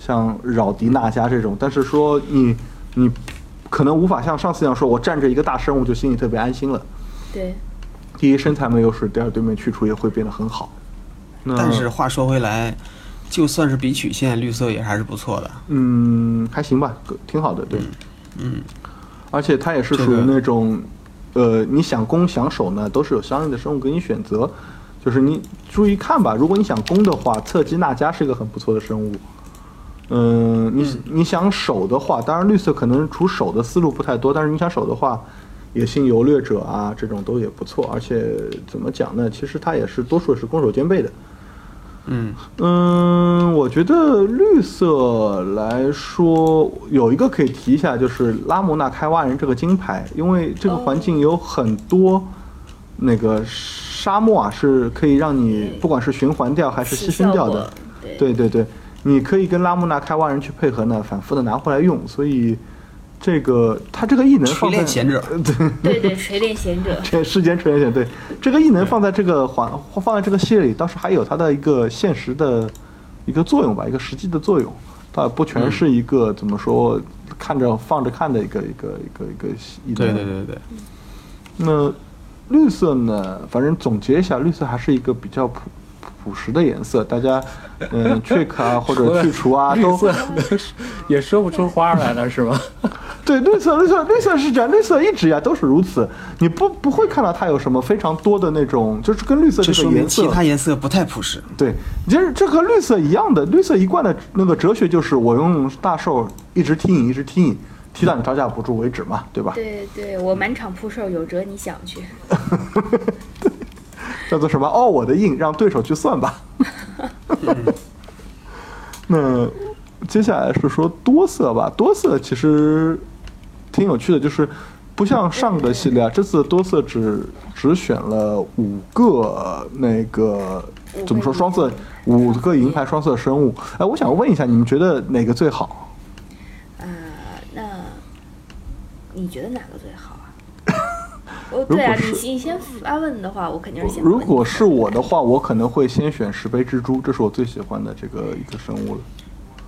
S3: 像扰迪纳加这种，但是说你你可能无法像上次一样说，我站着一个大生物就心里特别安心了。
S1: 对，
S3: 第一，身材没有水；第二，对面去除也会变得很好。
S2: 嗯
S3: 那
S4: 但是话说回来，就算是比曲线，绿色也还是不错的。
S3: 嗯，还行吧，挺好的，对，嗯，而且它也是
S4: 这
S3: 属于
S4: 个
S3: 那种，呃，你想攻想守呢，都是有相应的生物给你选择，就是你注意看吧，如果你想攻的话，侧基纳加是一个很不错的生物，嗯，你你想守的话，当然绿色可能除守的思路不太多，但是你想守的话，野性游掠者啊这种都也不错，而且怎么讲呢，其实它也是多数也是攻守兼备的，
S4: 嗯，
S3: 嗯，我觉得绿色来说有一个可以提一下，就是拉姆纳开挖人这个金牌，因为这
S1: 哦
S3: 个环境有很多那个沙漠啊，是可以让你不管是循环掉还是
S1: 起
S3: 牺牲掉
S1: 效
S3: 的
S1: 果。对
S3: 对对对，你可以跟拉姆纳开挖人去配合呢，反复的拿回来用，所以这个它这个异能
S4: 锤
S3: 放在呃
S4: 炼贤者，
S1: 对对，锤炼贤者，
S3: 这世间垂涎犬，对这个异能放在这个环放在这个系列里，倒是还有它的一个现实的一个作用吧，一个实际的作用，倒不
S4: 嗯
S3: 全是一个、怎么说看着放着看的一个一个一个一个异能。
S4: 对对对对，
S3: 那绿色呢？反正总结一下，绿色还是一个比较朴朴实的颜色，大家嗯 check 啊或者去除啊
S2: 绿
S3: 都
S2: 色 也说不出花来了，是 吗？
S3: 对，绿色，绿色，绿色是这样，绿色一直呀都是如此，你不不会看到它有什么非常多的那种，就是跟绿色这
S4: 这说
S3: 个
S4: 明
S3: 颜色，
S4: 其他颜色不太朴实。
S3: 对，就是这和绿色一样的，绿色一贯的那个哲学就是我用大兽一直踢你，一直踢你，踢到你招架不住为止嘛，对吧？
S1: 对对，我满场扑兽，有辙你想去。
S3: 叫做什么？哦，我的印，让对手去算吧。 那接下来是说多色吧，多色其实挺有趣的，就是不像上个系列啊，这次多色只只选了五个那个怎么说双色五个银牌双色生物。哎，我想问一下，你们觉得哪个最好？
S1: 啊、那你觉得哪个最好 啊？哦，
S3: 如
S1: 对啊，
S3: 果
S1: 你
S3: 是
S1: 你先发问的话，我肯定是先问你。
S3: 如果是我的话，我可能会先选石碑蜘蛛，这是我最喜欢的这个一个生物了。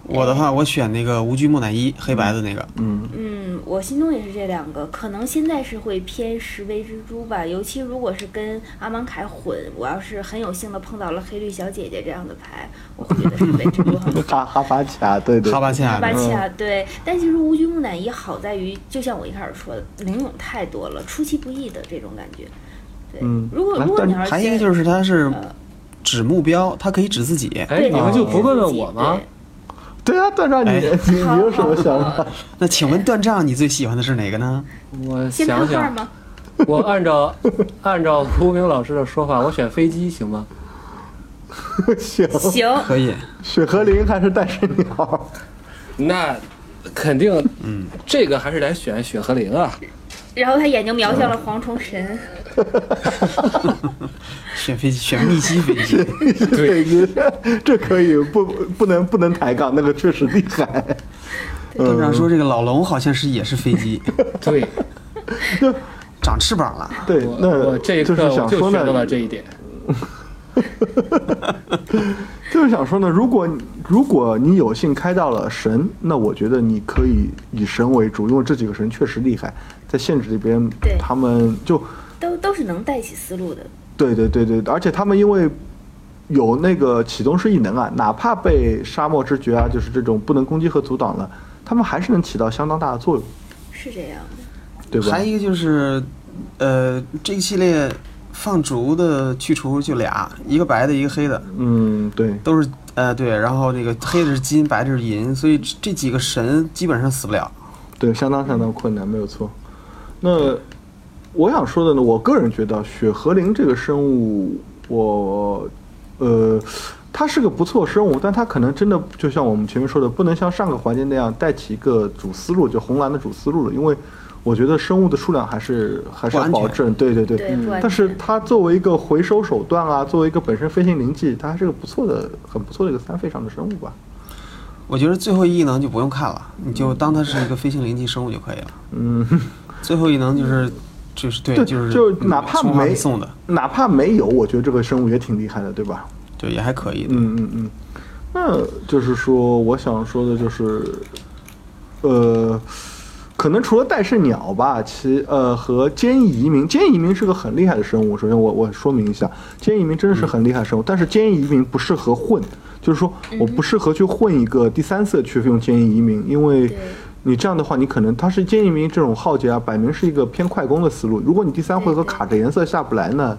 S4: 我的话，我选那个无惧木乃伊，黑白的那个。
S3: 嗯，
S1: 嗯，我心中也是这两个，可能现在是会偏石碑蜘蛛吧，尤其如果是跟阿芒凯混，我要是很有幸的碰到了黑绿小姐姐这样的牌，我会觉得石碑蜘蛛 很好。
S3: 哈哈巴卡，对对，
S4: 哈巴恰
S1: 哈巴
S4: 的，
S2: 嗯
S1: 契亚对，但其实无惧木乃伊好在于，就像我一开始说的，灵勇太多了，出其不意的这种感觉。对，
S3: 嗯
S1: 如果
S3: 哎
S1: 如果
S3: 但
S1: 你要是
S4: 还有一个
S1: 先
S4: 就是它是
S1: 呃
S4: 指目标，它可以指自己。
S2: 哎，
S1: 对
S2: 你们就不问问我吗？
S3: 对啊，段长，你
S4: 哎
S3: 你
S1: 好
S3: 你有什么想
S1: 好
S3: 法？
S4: 那请问段丈，你最喜欢的是哪个呢？
S2: 我
S1: 先看
S2: 想哦
S1: 画
S2: 想，
S1: 吗？
S2: 我按照按照胡明老师的说法，我选飞机行吗？
S3: 行，
S1: 行，
S4: 可以，
S3: 雪和林还是带水鸟？
S2: 那肯定，嗯，这个还是得选雪和林啊。
S1: 然后他眼睛瞄向了蝗虫神，
S4: 选飞机，选密西飞 机。
S2: 对，
S3: 这可以不不能不能抬杠，那个确实厉害。
S4: 段丈说这个老龙好像是也是飞机，
S2: 对，
S4: 长翅膀了。
S3: 对
S2: 我，
S3: 那
S2: 我这一
S3: 就
S2: 刻
S3: 是
S2: 我
S3: 想
S2: 就
S3: 说
S2: 学到
S3: 呢
S2: 了，这一点。
S3: 就是想说呢，如果你如果你有幸开到了神，那我觉得你可以以神为主，因为这几个神确实厉害，在限制里边
S1: 对，
S3: 他们就
S1: 都都是能带起思路的。
S3: 对对对对，而且他们因为有那个启动式异能啊，哪怕被沙漠之爵啊，就是这种不能攻击和阻挡了，他们还是能起到相当大的作用，
S1: 是这样的，
S3: 对吧
S4: 还？有一个就是，呃，这个系列放逐的去除就俩，一个白的，一个黑的，
S3: 嗯，对，
S4: 都是呃对，然后这个黑的是金，白的是银，所以这这几个神基本上死不了。
S3: 对，相当相当困难，没有错。那我想说的呢，我个人觉得雪和灵这个生物，我呃，它是个不错生物，但它可能真的就像我们前面说的，不能像上个环节那样带起一个主思路，就红蓝的主思路了，因为。我觉得生物的数量还是还是要
S4: 不安全
S3: 保证，对对对。
S1: 对不安全
S3: 但是它作为一个回收手段啊，作为一个本身飞行灵技，它还是个不错的、很不错的一个三费上的生物吧。
S4: 我觉得最后一能就不用看了，你就当它是一个飞行灵气生物就可以了。
S3: 嗯，
S4: 最后一能就是就是对，
S3: 对
S4: 就是
S3: 就
S4: 嗯
S3: 哪怕
S4: 从华
S3: 没
S4: 为送的，
S3: 哪怕没有，我觉得这个生物也挺厉害的，对吧？
S4: 对，也还可以的。
S3: 嗯嗯嗯，那就是说，我想说的就是，呃，可能除了戴氏鸟吧，其呃和坚翼移民，坚翼移民是个很厉害的生物。首先我，我说明一下，坚翼移民真的
S4: 嗯
S3: 是很厉害的生物，但是坚翼移民不适合混，就是说我不适合去混一个第三色区用坚翼移民，因为
S1: 对。
S3: 你这样的话，你可能它是坚翼移民这种浩劫啊，摆明是一个偏快攻的思路。如果你第三回合卡着颜色下不来呢，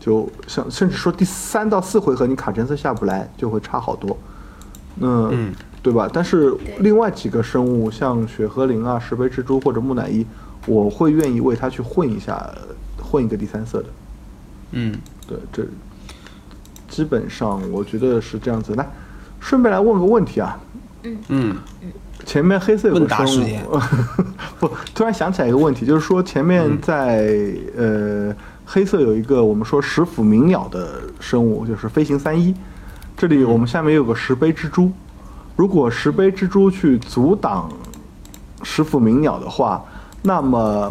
S3: 就像甚至说第三到四回合你卡颜色下不来，就会差好多。嗯，
S4: 嗯
S3: 对吧？但是
S1: 对
S3: 另外几个生物，像雪和灵啊、石碑蜘蛛或者木乃伊，我会愿意为它去混一下，混一个第三色的。
S4: 嗯，
S3: 对，这基本上我觉得是这样子。来，顺便来问个问题啊，
S4: 嗯，
S3: 前面黑色有
S4: 问
S3: 个
S4: 答
S3: 生
S4: 时
S3: 物
S4: 间，
S3: 不，突然想起来一个问题，就是说前
S4: 嗯
S3: 面在、呃黑色有一个我们说食腐鸣鸟的生物，就是飞行三一，这里我们下面有个石碑蜘蛛，如果石碑蜘蛛去阻挡食腐鸣鸟的话，那么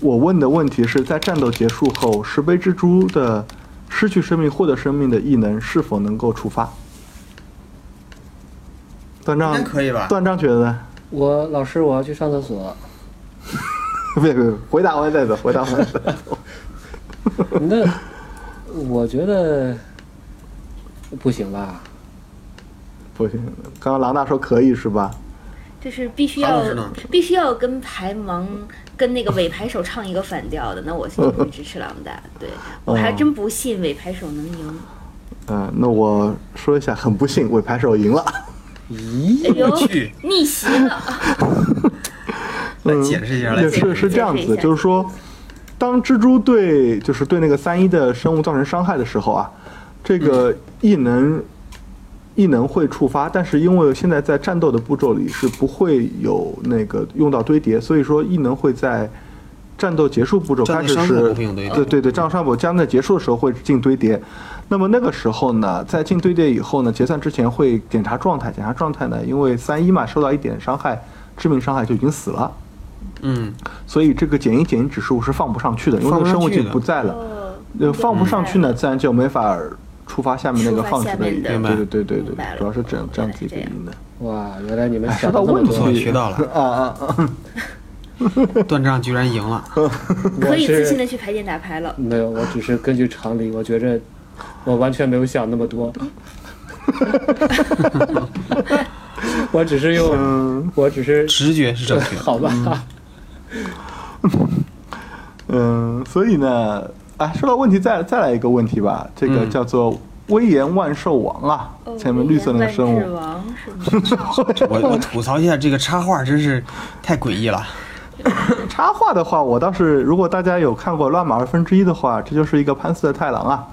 S3: 我问的问题是在战斗结束后，石碑蜘蛛的失去生命获得生命的异能是否能够触发？段
S4: 应
S3: 章
S4: 该可以吧？
S3: 段章觉得呢？
S2: 我老师，我要去上厕所。
S3: 别别，别回答完再走，回答完再走。
S2: 那我觉得不行吧？
S3: 不行，刚刚狼大说可以是吧？
S1: 就是必须
S4: 韩
S1: 要
S4: 老师呢
S1: 必须要跟排盲跟那个尾牌手唱一个反调的，那我就会支持狼大。 对我
S3: 哦
S1: 还真不信尾牌手能赢。
S3: 嗯、那我说一下，很不幸，尾牌手赢了。
S1: 哎
S2: 咦，
S1: 呦
S4: 去，
S1: 逆袭了！
S4: 来解释一下，来
S3: 嗯也
S4: 解
S3: 是
S4: 释一下
S3: 是这样
S1: 解释
S3: 子
S1: 一，下
S3: 就是说，当蜘蛛对就是对那个三一的生物造成伤害的时候啊，这
S4: 嗯
S3: 个异能异能会触发，但是因为现在在战斗的步骤里是不会有那个用到堆叠，所以说异能会在战斗结束步骤
S4: 战
S3: 开
S4: 斗
S3: 始
S4: 伤口
S3: 是呃
S4: 不会用堆叠
S3: 对对对，战斗伤口将在结束的时候会进堆叠。那么那个时候呢，在进堆叠以后呢，结算之前会检查状态，检查状态呢，因为三一嘛受到一点伤害，致命伤害就已经死了。
S4: 嗯，
S3: 所以这个减一减一指数是放不上去的，因为那个生物已经不在了。
S1: 哦，
S3: 呃，放不上去呢，自然就没法触发下面那个放置的
S1: 触发下面的
S3: 对对对对
S1: 明白
S3: 对，
S1: 了
S3: 主要是这样这样子一个
S1: 这样
S3: 因的。
S2: 哇，原来你们
S3: 哎，说
S2: 想
S3: 到
S2: 的那
S3: 问
S2: 么
S3: 题，
S2: 多，
S4: 学到了
S3: 啊啊啊！
S4: 段章居然赢了。
S1: 可以
S2: 我是
S1: 自信的去排练打牌了。
S2: 没有，我只是根据常理，我觉着我完全没有想那么多， 我只是用，我只是
S4: 直觉是正确的。
S2: 好吧，
S3: 嗯，所以呢，哎，说到问题，再再来一个问题吧，这个
S4: 嗯
S3: 叫做威严万兽王啊，
S1: 哦
S3: 前面绿色那个生
S1: 威严
S3: 物，
S1: 万智王是吗？
S4: 我我吐槽一下，这个插画真是太诡异了。
S3: 插画的话，我倒是，如果大家有看过《乱马二分之一》的话，这就是一个潘斯的太郎啊。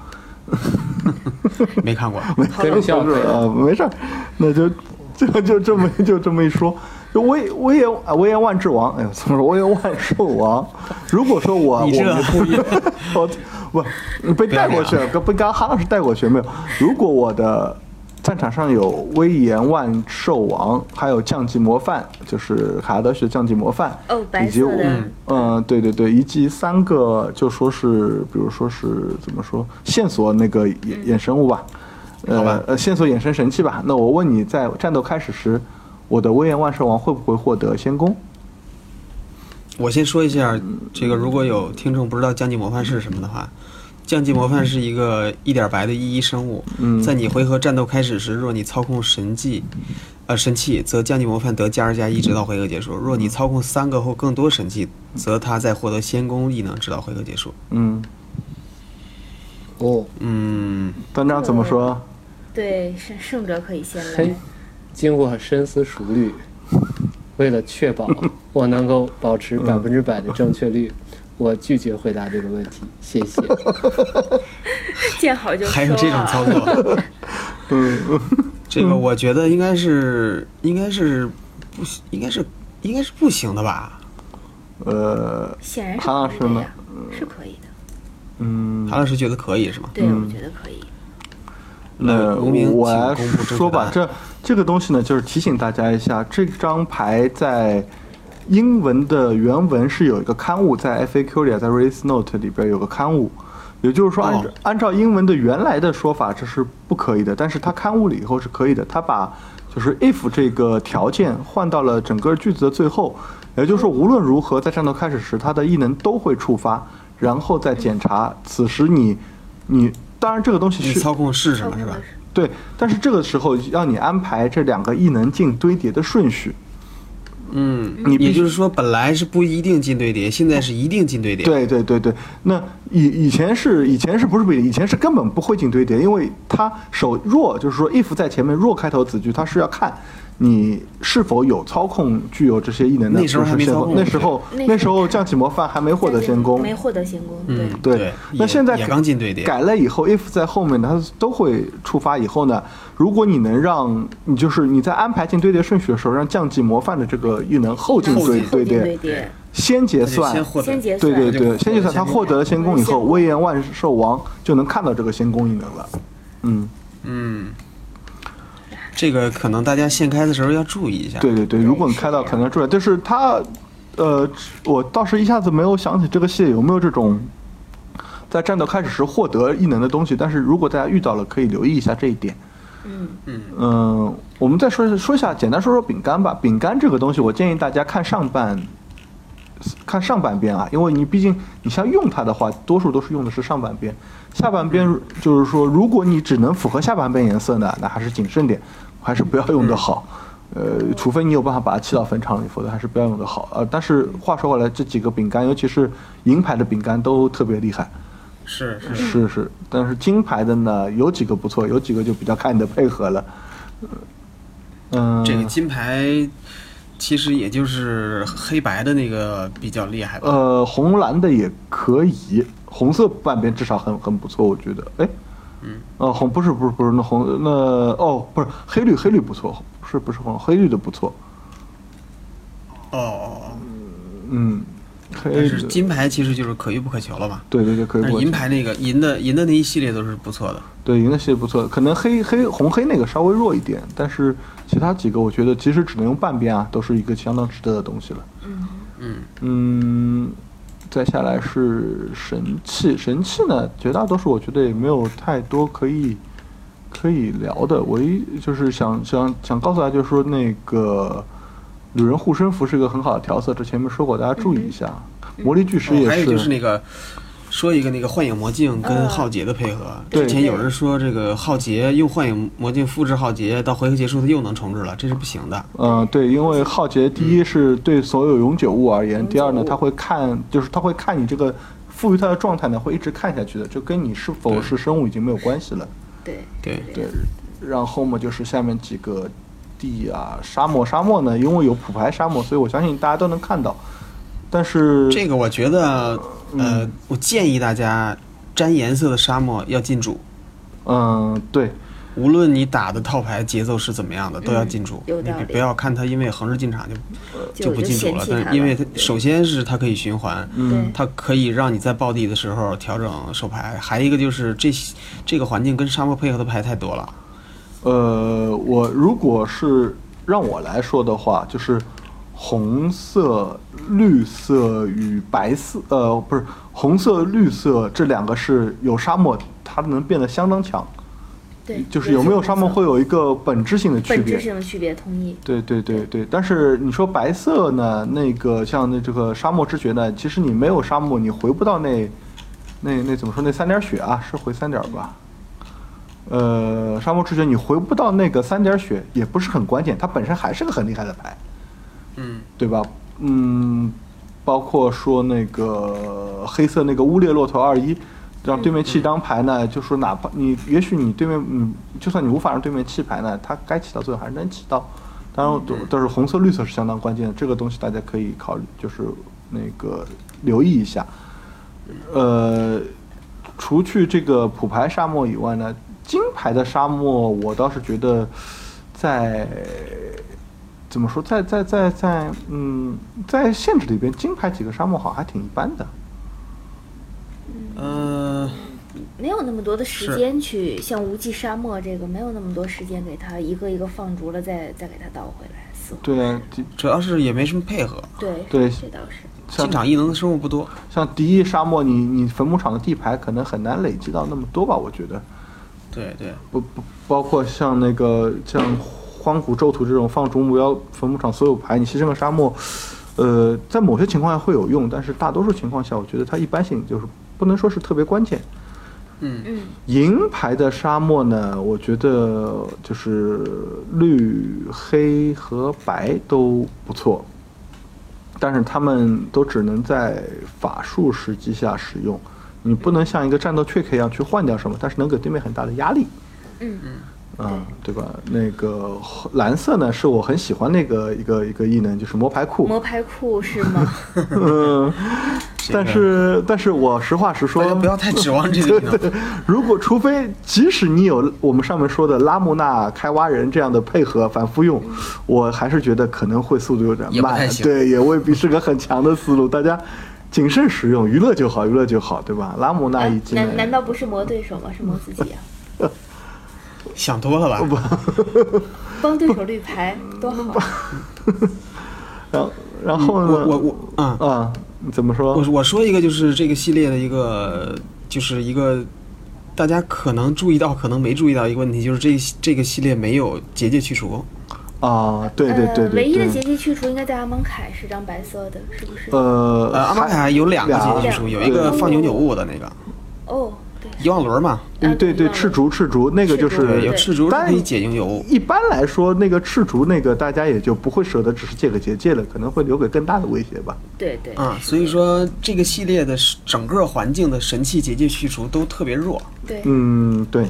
S4: 没看过，
S2: 开玩笑，
S3: 不是呃，没事儿，那就就就这么就这么一说。就威威严啊，威严万智王，哎呦，怎么说？威严万兽王。如果说我我
S4: 你这
S3: 没故 意，
S4: 啊
S3: 我不被带过去，被刚韩老师带过去没有？如果我的战场上有威严万兽王，还有降级模范，就是卡拉德许的降级模范，
S1: 哦，白
S3: 以及
S1: 色
S3: 我
S1: 的，
S3: 嗯，对对对，以及三个就说是，比如说是怎么说线索那个
S1: 嗯
S3: 衍衍生物吧，
S4: 好
S3: 呃
S4: 吧
S3: 呃线索衍生神器吧。那我问你，在战斗开始时，我的威严万兽王会不会获得先攻？
S4: 我先说一下，这个如果有听众不知道降级模范是什么的话，降级模范是一个一点白的一一生物，
S3: 嗯
S4: 在你回合战斗开始时，若你操控神技，呃神器，则降级模范得加二加一直到回合结束；若你操控三个或更多神器，则他再获得先攻异能直到回合结束。
S3: 嗯，
S2: 哦，
S4: 嗯，
S3: 段章怎么说？
S1: 对，胜胜者可以先
S2: 嘿
S1: 来。，
S2: 经过深思熟虑，为了确保我能够保持
S3: 嗯
S2: 百分之百的正确率，我拒绝回答这个问题。谢谢。
S1: 见好就收啊。
S4: 还有这种操作，
S3: 嗯，
S4: 这个我觉得应该是应该是不应该是应该是不行的吧？
S3: 呃，
S1: 显然是
S3: 韩老
S1: 可以
S3: 师
S1: 的
S3: 呢
S1: 呀，是可以的。
S3: 嗯，
S4: 韩老师觉得可以是吗？
S1: 对，我觉得可以。
S3: 那
S4: 呃无名
S3: 我
S4: 请
S3: 来
S4: 公布正确
S3: 说
S4: 答
S3: 吧
S4: 案，
S3: 这这个东西呢，就是提醒大家一下，这张牌在英文的原文是有一个刊物，在 FAQ 里啊，在 Race Note 里边有个刊物。也就是说，按
S4: 哦
S3: 按照英文的原来的说法，这是不可以的。但是它刊物了以后是可以的。它把就是 if 这个条件换到了整个句子的最后，也就是说，无论如何，在战斗开始时，它的异能都会触发，然后再检查。此时你你当然这个东西
S4: 你
S3: 是
S4: 操控是什
S1: 操
S4: 么
S1: 控
S4: 是吧
S1: 的？
S3: 对，但是这个时候要你安排这两个异能镜堆叠的顺序。
S4: 嗯，
S3: 你必须
S4: 也就是说，本来是不一定进对叠，现在是一定进对叠。，
S3: 对对对对，那以以前是以前是不是不一定以前是根本不会进堆叠，因为它首若就是说 if 在前面若开头子句，它是要看你是否有操控具有这些异能的。
S4: 那时候还没操控
S3: 那时候
S1: 对
S3: 那时候降起模范还没获得先攻，
S1: 没获得先攻，对
S4: 嗯，，
S3: 对，那
S4: 也
S3: 现在
S4: 也
S3: 改
S4: 刚进对叠。
S3: 改了以后，if 在后面呢，它都会触发。以后呢，如果你能让你就是你在安排进堆叠顺序的时候，让降级模范的这个异能后进
S4: 后
S3: 堆
S4: 进
S1: 后
S3: 堆
S1: 进
S3: 叠，
S1: 叠，
S3: 先结
S4: 那就
S3: 算
S4: 先，获得
S1: 先结
S3: 对
S1: 算
S3: 对
S4: 就
S3: 对，先结算
S4: 获得
S3: 他
S4: 先
S3: 获得了先攻以后，威严万兽王就能看到这个先攻异能了。嗯，
S4: 嗯，这个可能大家现开的时候要注意一下。
S3: 对，对对，如果你开到可能出来，就是它，呃，我倒是一下子没有想起这个系列有没有这种。在战斗开始时获得异能的东西，但是如果大家遇到了，可以留意一下这一点。
S1: 嗯，
S3: 嗯，我们再说说一下，简单说说饼干吧。饼干这个东西，我建议大家看上半，看上半边啊，因为你毕竟你像用它的话，多数都是用的是上半边，下半边就是说，如果你只能符合下半边颜色呢，那还是谨慎点，还是不要用的好。呃，除非你有办法把它砌到坟场里，否则还是不要用的好。呃，但是话说回来，这几个饼干，尤其是银牌的饼干，都特别厉害。
S4: 是是。
S3: 是是，但是金牌的呢，有几个不错，有几个就比较看你的配合了。嗯，
S4: 这个金牌其实也就是黑白的那个比较厉害吧。
S3: 呃，红蓝的也可以，红色半边至少很很不错，我觉得。哎，
S4: 嗯，
S3: 呃，红不是不是不是那红那哦不是黑绿黑绿不错，不是不是红黑绿的不错，
S4: 哦哦哦，
S3: 嗯，黑
S4: 但
S3: 绿
S4: 是
S3: 的
S4: 金牌其实就是可遇不可求了嘛。
S3: 对对对可以
S4: 但是
S3: 过去。
S4: 银牌那个银的银的那一系列都是不错的。
S3: 对，赢的系列不错，可能黑黑红黑那个稍微弱一点，但是其他几个我觉得其实只能用半边啊，都是一个相当值得的东西了。
S4: 嗯
S3: 嗯，再下来是神器，神器呢，绝大多数我觉得也没有太多可以可以聊的，唯一就是想想想告诉大家，就是说那个女人护身符是一个很好的调色，这前面说过，大家注意一下。魔力巨石也
S4: 哦、还有
S3: 是，
S4: 就是那个说一个那个幻影魔镜
S1: 嗯
S4: 跟浩劫的配合。
S3: 对
S4: 之前有人说这个浩劫用幻影魔镜复制浩劫，到回合结束它又能重置了，这是不行的。
S3: 嗯，对，因为浩劫第一是对所有永久物而言，第二呢，它会看，就是它会看你这个赋予它的状态呢，会一直看下去的，就跟你是否是生物已经没有关系了。
S1: 对，
S4: 对，
S3: 对，然后嘛就是下面几个地啊，沙漠，沙漠呢，因为有普牌沙漠，所以我相信大家都能看到。但是
S4: 这个我觉得，呃，
S1: 嗯
S4: 我建议大家沾颜色的沙漠要进驻，
S3: 嗯，对，
S4: 无论你打的套牌节奏是怎么样的，都要进驻。
S1: 嗯有道
S4: 你
S1: 理
S4: 不要看它因为横置进场就
S1: 就
S4: 不进驻
S1: 嫌
S4: 了，
S1: 弃
S4: 但
S1: 它
S4: 是因为它
S1: 了
S4: 首先是它可以循环，
S3: 嗯
S1: 对
S4: 它可以让你在暴地的时候调整手牌，还有一个就是这这个环境跟沙漠配合的牌太多了，
S3: 呃，我如果是让我来说的话，就是红色、绿色与白色，呃，不是红色、绿色这两个是有沙漠，它能变得相当强。
S1: 对，
S3: 就是有没有沙漠会有一个本质性的区
S1: 本质
S3: 别。
S1: 性的区别，同意。
S3: 对对对对，但是你说白色呢，那个像那这个沙漠之雪呢，其实你没有沙漠，你回不到那那那怎么说那三点雪啊，是回三点吧？呃，沙漠之雪你回不到那个三点雪也不是很关键，它本身还是个很厉害的牌，
S4: 嗯，
S3: 对吧？嗯，包括说那个黑色那个乌列骆驼二一，让对面弃一张牌呢，就说哪怕你也许你对面嗯，就算你无法让对面弃牌呢，它该起到作用还是能起到。当然，都但是红色绿色是相当关键的，这个东西大家可以考虑，就是那个留意一下。呃，除去这个普牌沙漠以外呢，金牌的沙漠我倒是觉得在怎么说，在在在在嗯，在限制里边，金牌几个沙漠好像还挺一般的。
S4: 呃，
S1: 没有那么多的时
S4: 是
S1: 间去像无际沙漠这个，没有那么多时间给它一个一个放逐了，再再给它倒回来，似乎
S3: 对啊，几
S4: 主要是也没什么配合，
S1: 对
S3: 对
S1: 这倒是。
S3: 像
S4: 现场异能的生物不多。
S3: 像敌意沙漠，你你坟墓场的地牌可能很难累积到那么多吧，我觉得。
S4: 对对，
S3: 不不包括像那个像荒古咒土这种放逐目标坟墓场所有牌，你牺牲个沙漠，呃，在某些情况下会有用，但是大多数情况下，我觉得它一般性就是不能说是特别关键。
S4: 嗯，
S1: 嗯，
S3: 银牌的沙漠呢，我觉得就是绿、黑和白都不错，但是他们都只能在法术时机下使用，你不能像一个战斗 trick 一样去换掉什么，但是能给对面很大的压力。
S1: 嗯
S3: 啊，对吧？那个蓝色呢，是我很喜欢那个一个一个异能，就是魔牌库。
S1: 魔牌库是吗？
S3: 嗯，
S4: 这个
S3: 但是但是我实话实
S4: 啊大
S3: 说
S4: 家，不 要太指望这个异能。
S3: 如果除非即使你有我们上面说的拉姆纳、开挖人这样的配合反复用，我还是觉得可能会速度有点
S4: 也不太
S3: 慢，
S4: 行
S3: 对，也未必是个很强的思路。大家谨慎使用，娱乐就好，娱乐就好，对吧？拉姆纳一技
S1: 啊难
S3: 能，
S1: 难道不是磨对手吗？是磨自 己啊！
S4: 想多了吧？
S1: 帮对手绿牌多好，啊
S3: 然后然后呢？
S4: 我我我，嗯，
S3: 啊，你怎么说？
S4: 我我说一个，就是这个系列的一个，就是一个大家可能注意到，可能没注意到一个问题，就是这这个系列没有结界去除功。
S3: 啊， 对对对对
S1: 呃，
S3: 对。
S1: 唯一的结界去除应该在阿蒙凯是张白色的，是不是？
S3: 呃，
S4: 呃，阿玛卡有两个结界去除，有一个
S1: 对
S4: 放牛扭物的那个
S1: 哦，对，啊
S4: 遗忘轮嘛，
S3: 嗯，对对，赤竹赤竹那个就
S1: 对
S4: 对，
S1: 赤
S4: 有
S1: 对
S3: 是，
S4: 赤竹是
S3: 但
S4: 可以解牛扭物。
S3: 一般来说，那个赤竹那个大家也就不会舍得只是借个结界了，可能会留给更大的威胁吧。
S1: 对对，
S3: 嗯
S4: 啊，所以说这个系列的整个环境的神器结界去除都特别弱，
S1: 对，
S3: 嗯，对，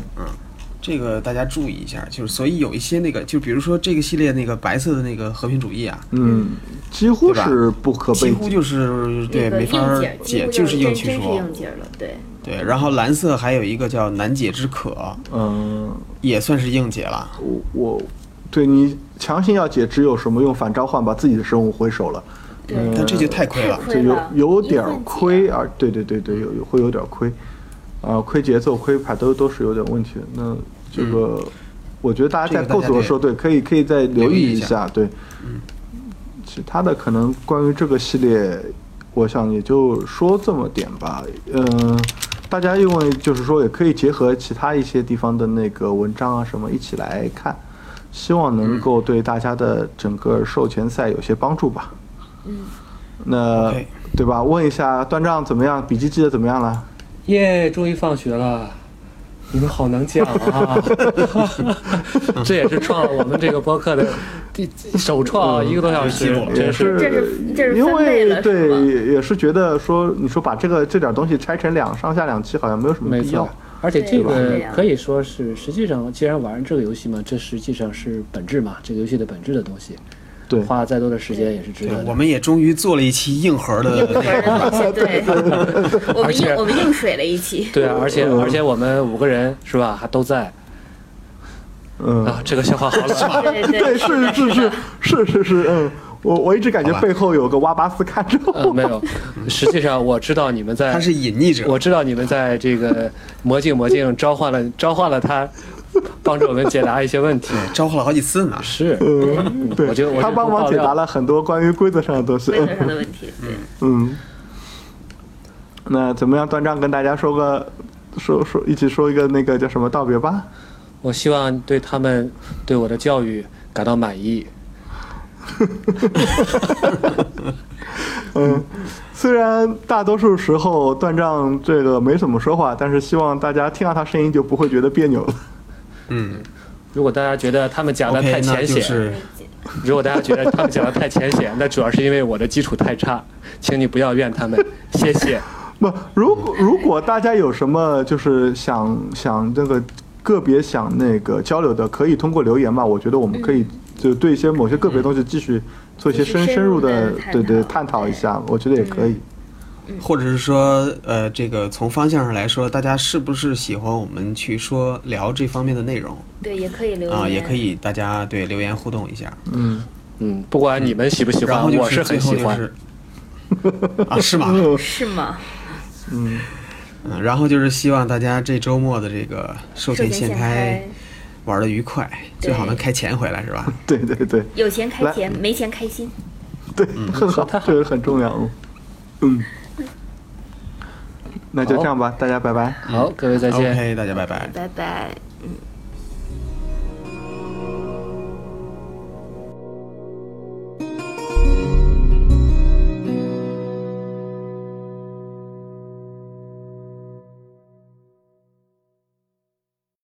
S4: 这个大家注意一下。就是所以有一些那个，就比如说这个系列那个白色的那个和平主义啊，
S3: 嗯，几乎是不可
S4: 几
S3: 被
S4: 乎就是对
S1: 那个
S4: 没法儿
S1: 硬儿
S4: 解，
S1: 几乎
S4: 是硬
S1: 真
S4: 去
S1: 真是
S4: 除。
S1: 硬解了， 对，
S4: 对，然后蓝色还有一个叫难解之渴，
S3: 嗯，
S4: 也算是硬解了。
S3: 我我对你强行要解，只有什么用反召唤把自己的生物回手了，
S1: 对
S3: 嗯
S4: 但这就太亏了
S1: 太，
S3: 这
S1: 亏
S3: 有
S1: 了，
S3: 有
S1: 一
S3: 点
S1: 份解
S3: 亏啊，对对对对，有有会有点亏，啊、亏节奏亏牌都都是有点问题的。那这个，我觉得大家在
S4: 嗯这个大
S3: 构
S4: 家
S3: 思的
S4: 得
S3: 时候，对，可以可以再留
S4: 留意
S3: 意一
S4: 一下嗯
S3: 下，对。其他的可能关于这个系列，我想也就说这么点吧。嗯、大家因为就是说也可以结合其他一些地方的那个文章啊什么一起来看，希望能够对大家的整个售前赛有些帮助吧。
S2: 嗯
S3: 那
S4: OK
S3: 对吧？问一下段丈怎么样？笔记记得怎么样了？
S2: 耶，终于放学了。你们好能讲啊！这也是创我们这个播客的第首创啊一个多小时，真是
S1: 是这是这是
S3: 因
S1: 分类
S3: 为
S1: 了
S3: 对
S1: 是吧
S3: 也也是觉得说，你说把这个这点东西拆成两上下两期，好像没有什么
S2: 没
S3: 必要
S2: 错。。而且这
S1: 对是
S2: 个
S1: 这样
S2: 可以说是，实际上既然玩这个游戏嘛，这实际上是本质嘛，这个游戏的本质的东西。
S3: 对
S2: 花再多的时间也是值
S4: 对
S2: 得，
S4: 我
S2: 的。
S4: 们也终于做了一期硬核的那个。
S1: 对，我
S2: 而
S1: 们
S2: 且
S1: 硬我们硬水了一期，
S2: 对啊，而且而且我们五个人是吧，还都在
S3: 嗯，
S2: 啊，这个笑话好冷。
S1: 对对
S3: 对，是是是是是是，嗯，我我一直感觉背后有个挖巴斯看着
S2: 呃，
S3: 我。
S2: 没有，实际上我知道你们在
S4: 他是隐匿者，
S2: 我知道你们在这个魔镜魔镜召唤了召唤了他，帮助我们解答一些问题。
S4: 招呼了好几次呢。
S2: 是，
S3: 嗯，对
S2: 我觉得我觉得
S3: 他帮忙解答了很多关于规则上的东西。
S1: 规则上的问题，对，
S3: 嗯，那怎么样，端章跟大家说个说说一起说一个那个叫什么道别吧？
S2: 我希望对他们对我的教育感到满意。
S3: 嗯， 虽然大多数时候段丈这个没怎么说话，但是希望大家听到他声音就不会觉得别扭了。
S4: 嗯
S2: 如果大家觉得他们讲的
S4: ，OK，
S2: 太
S4: 那
S2: 浅
S4: 就
S2: 显，
S4: 是
S2: 如果大家觉得他们讲的太浅显， 那主要是因为我的基础太差，请你不要怨他们，谢谢。
S3: 不，如果如果大家有什么就是想想那个个别想那个交流的，可以通过留言吧。我觉得我们可以就对一些某些个别东西继续做一些
S1: 嗯继续
S3: 深
S1: 深
S3: 入
S1: 入地
S3: 的
S1: 探
S3: 对对
S1: 讨
S3: 探讨一
S1: 对
S3: 下，我觉得也可以。
S1: 嗯
S4: 或者是说，呃，这个从方向上来说，大家是不是喜欢我们去说聊这方面的内容
S1: 对，也可以留言，
S4: 啊、也可，以大家对留言互动一下。
S3: 嗯，
S2: 嗯，不管你们喜不喜
S4: 然
S2: 欢，
S4: 后就
S2: 我是
S4: 最
S2: 很
S4: 后
S2: 喜
S4: 就
S2: 欢。
S4: 是嗯啊，是吗？
S1: 是吗？
S3: 嗯，
S4: 嗯，然后就是希望大家这周末的这个寿
S1: 收
S4: 田
S1: 钱
S4: 现
S1: 现
S4: 开
S1: 开，
S4: 玩的愉快，
S1: 对
S4: 最好能开钱回来是吧？
S3: 对对对
S1: 有钱开
S3: 来
S1: 钱，没钱开心。
S3: 对，很好，这个很重要。嗯，那就这样吧，大家拜拜。
S2: 好，各位再见。
S4: OK，大家拜拜。
S1: 拜拜，嗯。